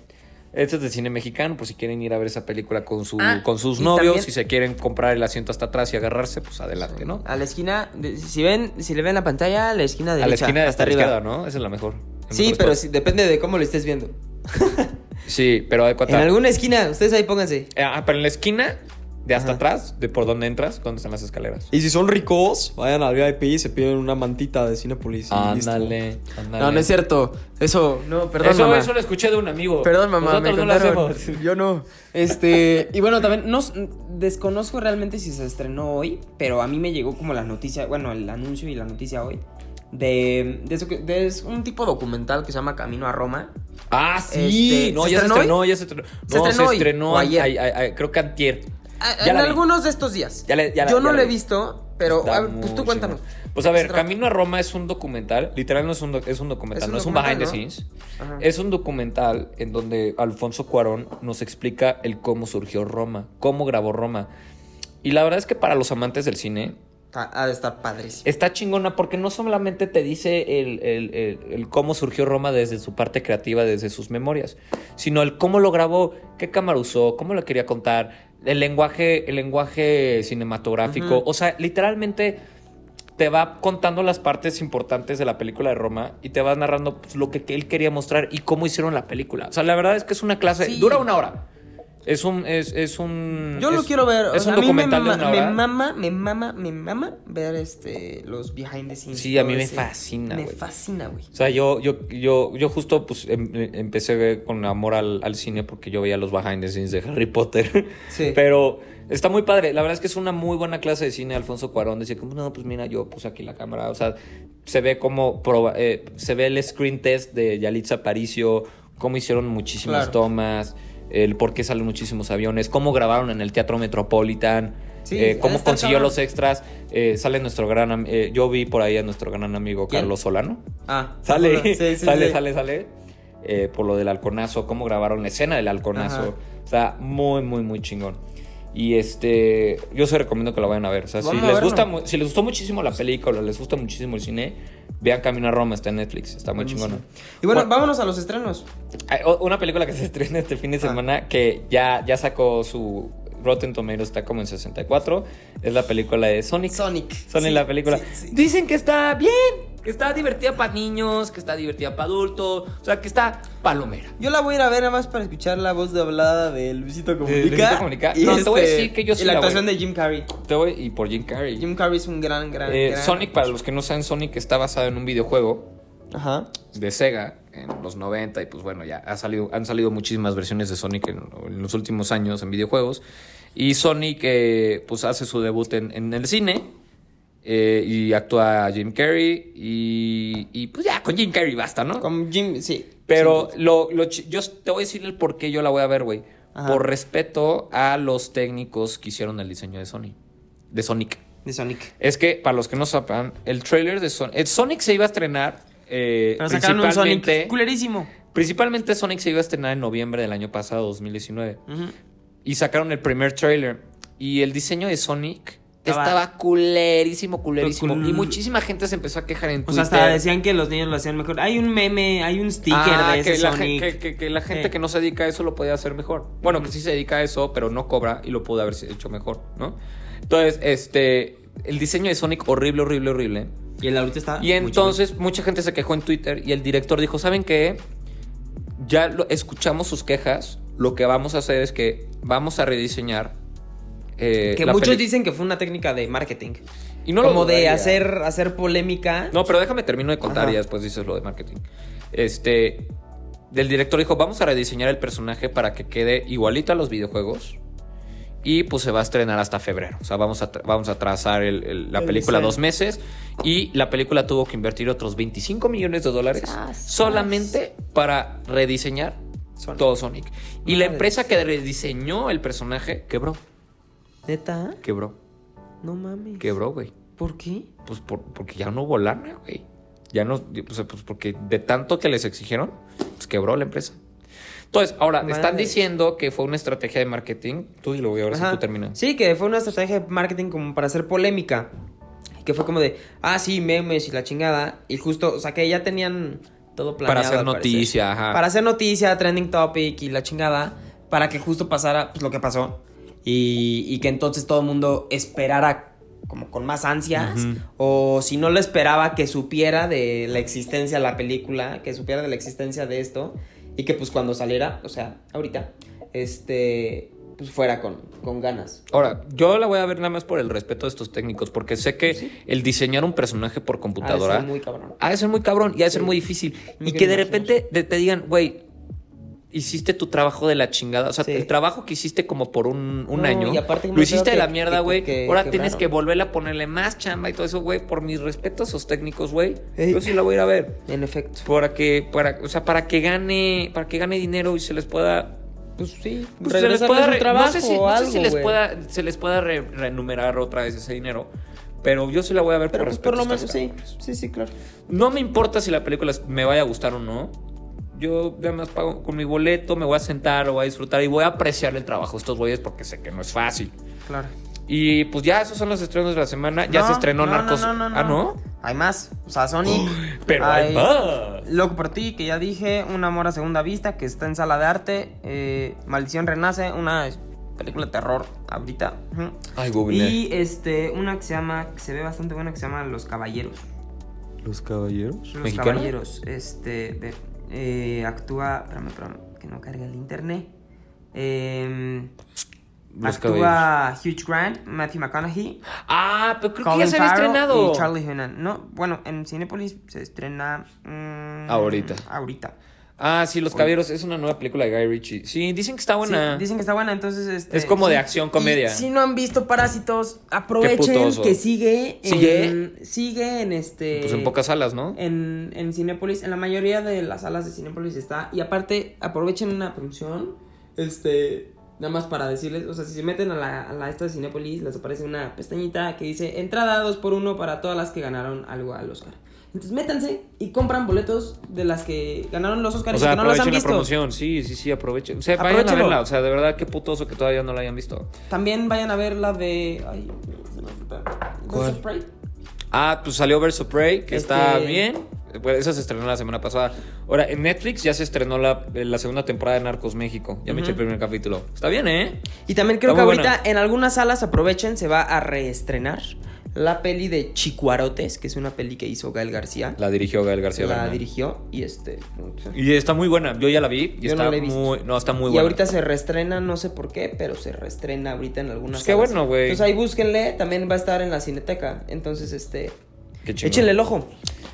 Speaker 2: Este es de cine mexicano, por si quieren ir a ver esa película con, su,
Speaker 3: Ah,
Speaker 2: con sus
Speaker 3: y
Speaker 2: novios,
Speaker 3: también-
Speaker 2: si se quieren comprar el asiento hasta atrás y agarrarse, pues adelante, ¿no?
Speaker 3: A la esquina, de- si ven, si le ven la pantalla, a la esquina derecha.
Speaker 2: a la esquina de hasta
Speaker 3: hasta arriba.
Speaker 2: izquierda, ¿no? Esa es la mejor. El
Speaker 3: Sí,
Speaker 2: mejor
Speaker 3: pero
Speaker 2: spot.
Speaker 3: sí, depende de cómo lo estés viendo.
Speaker 2: Sí, pero de cuenta-
Speaker 3: En alguna esquina, ustedes ahí pónganse.
Speaker 2: Eh, Ah, pero en la esquina de hasta
Speaker 3: Ajá.
Speaker 2: atrás, de por donde entras, donde están las escaleras.
Speaker 5: Y si son ricos, vayan al VIP y se piden una mantita de Cinepolis. y listo.
Speaker 2: Ándale, ándale.
Speaker 3: No, no es cierto. Eso, no, perdón,
Speaker 2: eso,
Speaker 3: mamá.
Speaker 2: eso lo escuché de un amigo.
Speaker 3: Perdón, mamá, me
Speaker 2: Nosotros no lo
Speaker 3: contaron.
Speaker 2: hacemos.
Speaker 3: Yo no. Este, y bueno, también no s- desconozco realmente si se estrenó hoy, pero a mí me llegó como la noticia, bueno, el anuncio y la noticia hoy de, de eso que de es un tipo documental que se llama Camino a Roma.
Speaker 2: Ah, sí.
Speaker 3: Este,
Speaker 2: no,
Speaker 3: ¿se
Speaker 2: ya se
Speaker 3: estrenó
Speaker 2: estrenó, ya se estrenó.
Speaker 3: ¿Se
Speaker 2: no,
Speaker 3: estrenó
Speaker 2: se
Speaker 3: hoy?
Speaker 2: estrenó
Speaker 3: ¿O ayer?
Speaker 2: ay, ay, ay, creo que antier.
Speaker 3: Ah,
Speaker 2: Ya
Speaker 3: en
Speaker 2: la vi.
Speaker 3: algunos de estos días.
Speaker 2: Ya la- ya la-
Speaker 3: Yo
Speaker 2: ya
Speaker 3: no
Speaker 2: la
Speaker 3: lo he
Speaker 2: vi.
Speaker 3: visto, pero
Speaker 2: Está
Speaker 3: a ver, pues tú
Speaker 2: muy
Speaker 3: cuéntanos.
Speaker 2: chingón. Pues a ver,
Speaker 3: ¿Qué se trata?
Speaker 2: Camino a Roma es un documental. Literal no es un, doc- es un documental,
Speaker 3: Es un
Speaker 2: no es un
Speaker 3: documental,
Speaker 2: behind the
Speaker 3: ¿no?
Speaker 2: scenes.
Speaker 3: Ajá.
Speaker 2: Es un documental en donde Alfonso Cuarón nos explica el cómo surgió Roma, cómo grabó Roma. Y la verdad es que para los amantes del cine,
Speaker 3: Ha ha de estar padrísimo.
Speaker 2: Está chingona porque no solamente te dice el, el- el- el cómo surgió Roma desde su parte creativa, desde sus memorias, sino el cómo lo grabó, qué cámara usó, cómo lo quería contar, el lenguaje, el lenguaje cinematográfico. O sea, literalmente te va contando las partes importantes de la película de Roma y te va narrando pues, lo que, que él quería mostrar y cómo hicieron la película. O sea, la verdad es que es una clase,
Speaker 3: Sí.
Speaker 2: dura una hora. Es un, es, es un.
Speaker 3: Yo lo
Speaker 2: es-
Speaker 3: quiero ver. o
Speaker 2: Es
Speaker 3: sea,
Speaker 2: un
Speaker 3: a mí me
Speaker 2: documental de
Speaker 3: ma-
Speaker 2: una
Speaker 3: me,
Speaker 2: hora.
Speaker 3: mama, me mama, me mama ver este los behind the scenes.
Speaker 2: Sí, a
Speaker 3: todo
Speaker 2: mí me
Speaker 3: ese-
Speaker 2: fascina,
Speaker 3: Me
Speaker 2: güey.
Speaker 3: fascina, güey.
Speaker 2: O sea, yo, yo, yo, yo justo pues em- empecé con amor al, al cine porque yo veía los behind the scenes de Harry Potter.
Speaker 3: Sí.
Speaker 2: Pero está muy padre. La verdad es que es una muy buena clase de cine. Alfonso Cuarón decía, como no, pues mira, yo puse aquí la cámara. O sea, se ve como proba- eh, se ve el screen test de Yalitza Aparicio, cómo hicieron muchísimas
Speaker 3: Claro.
Speaker 2: tomas, el por qué salen muchísimos aviones, cómo grabaron en el Teatro Metropolitan.
Speaker 3: Sí,
Speaker 2: eh,
Speaker 3: ha de
Speaker 2: cómo
Speaker 3: estar
Speaker 2: consiguió
Speaker 3: cabrón.
Speaker 2: los extras. Eh, sale nuestro gran... am- eh, yo vi por ahí a nuestro gran amigo
Speaker 3: ¿Quién?
Speaker 2: Carlos Solano.
Speaker 3: Ah,
Speaker 2: Sale,
Speaker 3: sí, sí, sí,
Speaker 2: sale,
Speaker 3: sí.
Speaker 2: sale, sale. Eh, por lo del halconazo, cómo grabaron la escena del
Speaker 3: Ajá.
Speaker 2: halconazo. Está muy, muy, muy chingón. Y este, yo se recomiendo que lo vayan a ver. O sea, si
Speaker 3: Vamos a
Speaker 2: les,
Speaker 3: verlo.
Speaker 2: gusta, mu- si les gustó muchísimo la película, les gusta muchísimo el cine, vean Camino a Roma, está en Netflix, está muy
Speaker 3: Buenísimo.
Speaker 2: chingona.
Speaker 3: Y bueno,
Speaker 2: Bueno.
Speaker 3: vámonos a los estrenos.
Speaker 2: Hay o- una película que se estrena este
Speaker 3: Ah.
Speaker 2: fin de semana que ya, ya sacó su Rotten Tomatoes, está como en 64, es la película de Sonic.
Speaker 3: Sonic.
Speaker 2: Son en
Speaker 3: Sí,
Speaker 2: la película.
Speaker 3: sí, sí.
Speaker 2: Dicen que está bien, que está divertida para niños, que está divertida para adultos, o sea, que está palomera.
Speaker 3: Yo la voy a ir a ver nada más para escuchar la voz de hablada de Luisito Comunica. este,
Speaker 2: Luisito Comunica. No, te voy a decir que yo sí
Speaker 3: y la
Speaker 2: la voy.
Speaker 3: actuación de Jim Carrey.
Speaker 2: Te voy y por Jim Carrey.
Speaker 3: Jim Carrey es un gran, gran,
Speaker 2: Eh,
Speaker 3: gran-
Speaker 2: Sonic, para los que no saben, Sonic está basado en un videojuego
Speaker 3: Ajá.
Speaker 2: de Sega en los 90 y pues bueno, ya ha salido, han salido muchísimas versiones de Sonic en, en los últimos años en videojuegos. Y Sonic eh, pues hace su debut en, en el cine eh, y actúa Jim Carrey y, y pues ya, con Jim Carrey basta, ¿no?
Speaker 3: Con Jim, sí.
Speaker 2: Pero lo, lo chi- yo te voy a decir el por qué yo la voy a ver, güey.
Speaker 3: Ajá.
Speaker 2: Por respeto a los técnicos que hicieron el diseño de Sonic. De Sonic.
Speaker 3: De Sonic.
Speaker 2: Es que, para los que no sepan, el trailer de Sonic. el Sonic se iba a estrenar. eh,
Speaker 3: Pero sacaron un Sonic
Speaker 2: principalmente,
Speaker 3: culerísimo.
Speaker 2: principalmente Sonic se iba a estrenar en noviembre del año pasado, 2019.
Speaker 3: Ujú.
Speaker 2: Y sacaron el primer trailer. Y el diseño de Sonic
Speaker 3: Estaba-
Speaker 2: estaba, culerísimo, culerísimo.
Speaker 3: Cul-
Speaker 2: Y muchísima gente se empezó a quejar en
Speaker 3: O
Speaker 2: Twitter.
Speaker 3: sea, hasta decían que los niños lo hacían mejor. Hay un meme, hay un sticker
Speaker 2: Ah,
Speaker 3: de ese
Speaker 2: que la gen-
Speaker 3: Sonic.
Speaker 2: que- que- que la gente
Speaker 3: Sí.
Speaker 2: que no se dedica a eso lo podía hacer mejor. Bueno, que sí se dedica a eso, pero no cobra y lo pudo haber hecho mejor, ¿no? Entonces, este, el diseño de Sonic horrible, horrible, horrible.
Speaker 3: Y el ahorita está.
Speaker 2: Y
Speaker 3: Ah, muy
Speaker 2: entonces mucha gente se quejó en Twitter y el director dijo, ¿saben qué? Ya lo- escuchamos sus quejas, lo que vamos a hacer es que vamos a rediseñar... eh,
Speaker 3: chido. Que
Speaker 2: la
Speaker 3: muchos
Speaker 2: peli-
Speaker 3: dicen que fue una técnica de marketing.
Speaker 2: Y no lo
Speaker 3: como de
Speaker 2: dudaría.
Speaker 3: hacer, hacer polémica.
Speaker 2: No, pero déjame termino de contar
Speaker 3: Ajá.
Speaker 2: y ya después dices lo de marketing. Este, el director dijo, vamos a rediseñar el personaje para que quede igualito a los videojuegos. Y pues se va a estrenar hasta febrero. O sea, vamos a, tra- vamos a trazar el- el- la
Speaker 3: El
Speaker 2: película
Speaker 3: diseño.
Speaker 2: dos meses. Y la película tuvo que invertir otros 25 millones de dólares solamente para rediseñar
Speaker 3: Sonic.
Speaker 2: todo Sonic. Y la
Speaker 3: Madres.
Speaker 2: empresa que rediseñó el personaje quebró.
Speaker 3: Neta,
Speaker 2: Quebró.
Speaker 3: no mames.
Speaker 2: Quebró, güey.
Speaker 3: ¿Por qué?
Speaker 2: Pues por- porque ya no hubo lana, güey. Ya no, pues, pues porque de tanto que les exigieron, pues quebró la empresa. Entonces, ahora, están
Speaker 3: Madre.
Speaker 2: diciendo que fue una estrategia de marketing. Tú dilo, güey, ahora sí
Speaker 3: Ajá.
Speaker 2: tú terminas.
Speaker 3: Sí, que fue una estrategia de marketing como para hacer polémica. que fue como de, ah, sí, memes y la chingada. Y justo, o sea, que ya tenían todo planeado.
Speaker 2: hacer
Speaker 3: al parecer.
Speaker 2: noticia, ajá.
Speaker 3: Para hacer noticia, trending topic y la chingada. Para que justo pasara pues, lo que pasó. Y, y que entonces todo el mundo esperara como con más ansias. O si no lo esperaba, que supiera de la existencia de la película. Que supiera de la existencia de esto. Y que pues cuando saliera, o sea, ahorita, este, pues fuera con, con ganas.
Speaker 2: Ahora, yo la voy a ver nada más por el respeto de estos técnicos, porque sé que el diseñar un personaje por computadora
Speaker 3: Ha de ser Ah, muy cabrón.
Speaker 2: ha de ser muy cabrón y ha de ser muy difícil.
Speaker 3: Muy
Speaker 2: y que de
Speaker 3: bien, gracias.
Speaker 2: repente de- te digan, güey, hiciste tu trabajo de la chingada. O sea,
Speaker 3: Sí.
Speaker 2: el trabajo que hiciste como por un, un
Speaker 3: No,
Speaker 2: año,
Speaker 3: y aparte me
Speaker 2: lo hiciste
Speaker 3: creo
Speaker 2: de la
Speaker 3: que-
Speaker 2: mierda,
Speaker 3: que-
Speaker 2: güey.
Speaker 3: que-
Speaker 2: Ahora
Speaker 3: que
Speaker 2: tienes
Speaker 3: claro.
Speaker 2: que volverle a ponerle más chamba y todo eso, güey. Por mis respetos a esos técnicos, güey.
Speaker 3: Ey.
Speaker 2: Yo sí la voy a ir a ver.
Speaker 3: En efecto.
Speaker 2: Para que, para, o sea, para que gane, para que gane dinero y se les pueda
Speaker 3: Pues sí,
Speaker 2: pues se les
Speaker 3: regresarle
Speaker 2: pueda
Speaker 3: su
Speaker 2: re-
Speaker 3: trabajo
Speaker 2: no sé si,
Speaker 3: o
Speaker 2: no sé
Speaker 3: algo,
Speaker 2: si les
Speaker 3: güey.
Speaker 2: pueda, se les pueda re- renumerar otra vez ese dinero. Pero yo sí la voy a ver
Speaker 3: Pero
Speaker 2: por
Speaker 3: pues
Speaker 2: respeto
Speaker 3: por lo
Speaker 2: a
Speaker 3: menos
Speaker 2: estas
Speaker 3: sí,
Speaker 2: cabronas.
Speaker 3: sí, sí, claro.
Speaker 2: No me importa si la película es- me vaya a gustar o no. Yo nada más pago con mi boleto, me voy a sentar, lo voy a disfrutar y voy a apreciar el trabajo de estos güeyes porque sé que no es fácil.
Speaker 3: Claro.
Speaker 2: Y pues ya esos son los estrenos de la semana. Ya
Speaker 3: No,
Speaker 2: se estrenó
Speaker 3: no, no,
Speaker 2: Narcos.
Speaker 3: no, no, no.
Speaker 2: Ah, ¿no?
Speaker 3: Hay más, o sea, Sonic.
Speaker 2: Pero hay más.
Speaker 3: Loco por ti, que ya dije, Un amor a segunda vista, que está en sala de arte, eh, Maldición renace, una película de terror ahorita. ujú.
Speaker 2: Ay,
Speaker 3: Y este, una que se llama, que se ve bastante buena, que se llama Los Caballeros.
Speaker 2: ¿Los caballeros?
Speaker 3: Los
Speaker 2: ¿Mexicanos?
Speaker 3: Caballeros, este, de- eh, actúa, espérame, espérame, que no cargue el internet. Em,
Speaker 2: Los
Speaker 3: actúa Hugh Grant, Matthew McConaughey,
Speaker 2: Ah, pero creo
Speaker 3: Colin
Speaker 2: que ya se había
Speaker 3: Farrell
Speaker 2: estrenado.
Speaker 3: y Charlie Hunnam. No, bueno, en Cinepolis se estrena mm,
Speaker 2: Ahorita.
Speaker 3: Ahorita.
Speaker 2: Ah, sí, Los Caballeros es una nueva película de Guy Ritchie. Sí, dicen que está buena.
Speaker 3: Sí, dicen que está buena, entonces este,
Speaker 2: Es como de
Speaker 3: sí.
Speaker 2: acción, comedia.
Speaker 3: Y si no han visto Parásitos, aprovechen
Speaker 2: putoso.
Speaker 3: que sigue en-
Speaker 2: ¿Sigue?
Speaker 3: sigue en este
Speaker 2: Pues en pocas salas, ¿no?
Speaker 3: en, en Cinépolis, en la mayoría de las salas de Cinépolis está. Y aparte, aprovechen una producción. Este, nada más para decirles, o sea, si se meten a la, a la esta de Cinépolis, les aparece una pestañita que dice entrada 2 por 1 para todas las que ganaron algo al Oscar. Entonces métanse y compran boletos de las que ganaron los Oscars
Speaker 2: O sea,
Speaker 3: y que no los han
Speaker 2: aprovechen la
Speaker 3: visto.
Speaker 2: promoción. Sí, sí, sí, aprovechen. O sea, vayan a
Speaker 3: Aprovechenlo.
Speaker 2: verla. O sea, de verdad, qué putoso que todavía no la hayan visto.
Speaker 3: También vayan a ver la de. Ay, se me fue. Birds of Prey.
Speaker 2: Ah, pues salió Verse of Prey, que está
Speaker 3: Este-
Speaker 2: bien. Bueno, esa se estrenó la semana pasada. Ahora, en Netflix ya se estrenó la, eh, la segunda temporada de Narcos México. Ya me eché el primer capítulo. Está bien, ¿eh?
Speaker 3: Y también creo
Speaker 2: Está
Speaker 3: que
Speaker 2: muy
Speaker 3: ahorita
Speaker 2: buena.
Speaker 3: en algunas salas aprovechen, se va a reestrenar la peli de Chicuarotes, que es una peli que hizo Gael García.
Speaker 2: La dirigió Gael
Speaker 3: La,
Speaker 2: García Bernal.
Speaker 3: dirigió y este.
Speaker 2: Y está muy buena. Yo ya la vi. Y
Speaker 3: Yo no
Speaker 2: está
Speaker 3: la he visto.
Speaker 2: muy. No, está muy
Speaker 3: Y
Speaker 2: buena.
Speaker 3: ahorita se reestrena, no sé por qué, pero se reestrena ahorita en algunas
Speaker 2: Pues qué
Speaker 3: salas.
Speaker 2: bueno, güey.
Speaker 3: Entonces ahí búsquenle, también va a estar en la cineteca. Entonces, este.
Speaker 2: Qué chingón.
Speaker 3: Échenle el ojo.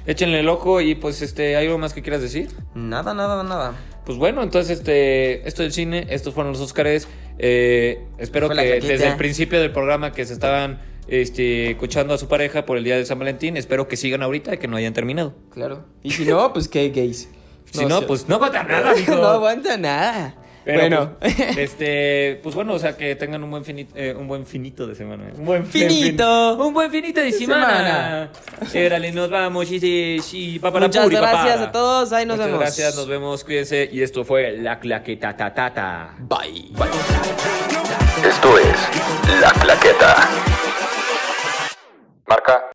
Speaker 2: Échenle el ojo y pues este, ¿hay algo más que quieras decir?
Speaker 3: Nada, nada, nada.
Speaker 2: Pues bueno, entonces este, esto del cine, estos fueron los Óscares. Eh, espero
Speaker 3: Fue la
Speaker 2: que
Speaker 3: claqueta.
Speaker 2: desde el principio del programa que se estaban este, escuchando a su pareja por el día de San Valentín, espero que sigan ahorita y que no hayan terminado.
Speaker 3: Claro.
Speaker 5: Y si no, pues qué gays.
Speaker 2: si no,
Speaker 5: sí.
Speaker 2: pues no contra nada, amigo.
Speaker 3: no aguanta nada.
Speaker 2: Pero,
Speaker 3: bueno.
Speaker 2: pues, este, pues bueno, o sea que tengan un buen finito, eh, un buen finito de semana. Un buen
Speaker 3: Finito.
Speaker 2: un buen finito de semana. Érale, nos vamos. Y, y, y, papara,
Speaker 3: Muchas
Speaker 2: puri, papara.
Speaker 3: gracias a todos, ahí nos
Speaker 2: Muchas
Speaker 3: vemos.
Speaker 2: Gracias, nos vemos, cuídense. Y esto fue la claqueta tatata.
Speaker 5: Bye.
Speaker 6: Esto es La Claqueta. Marca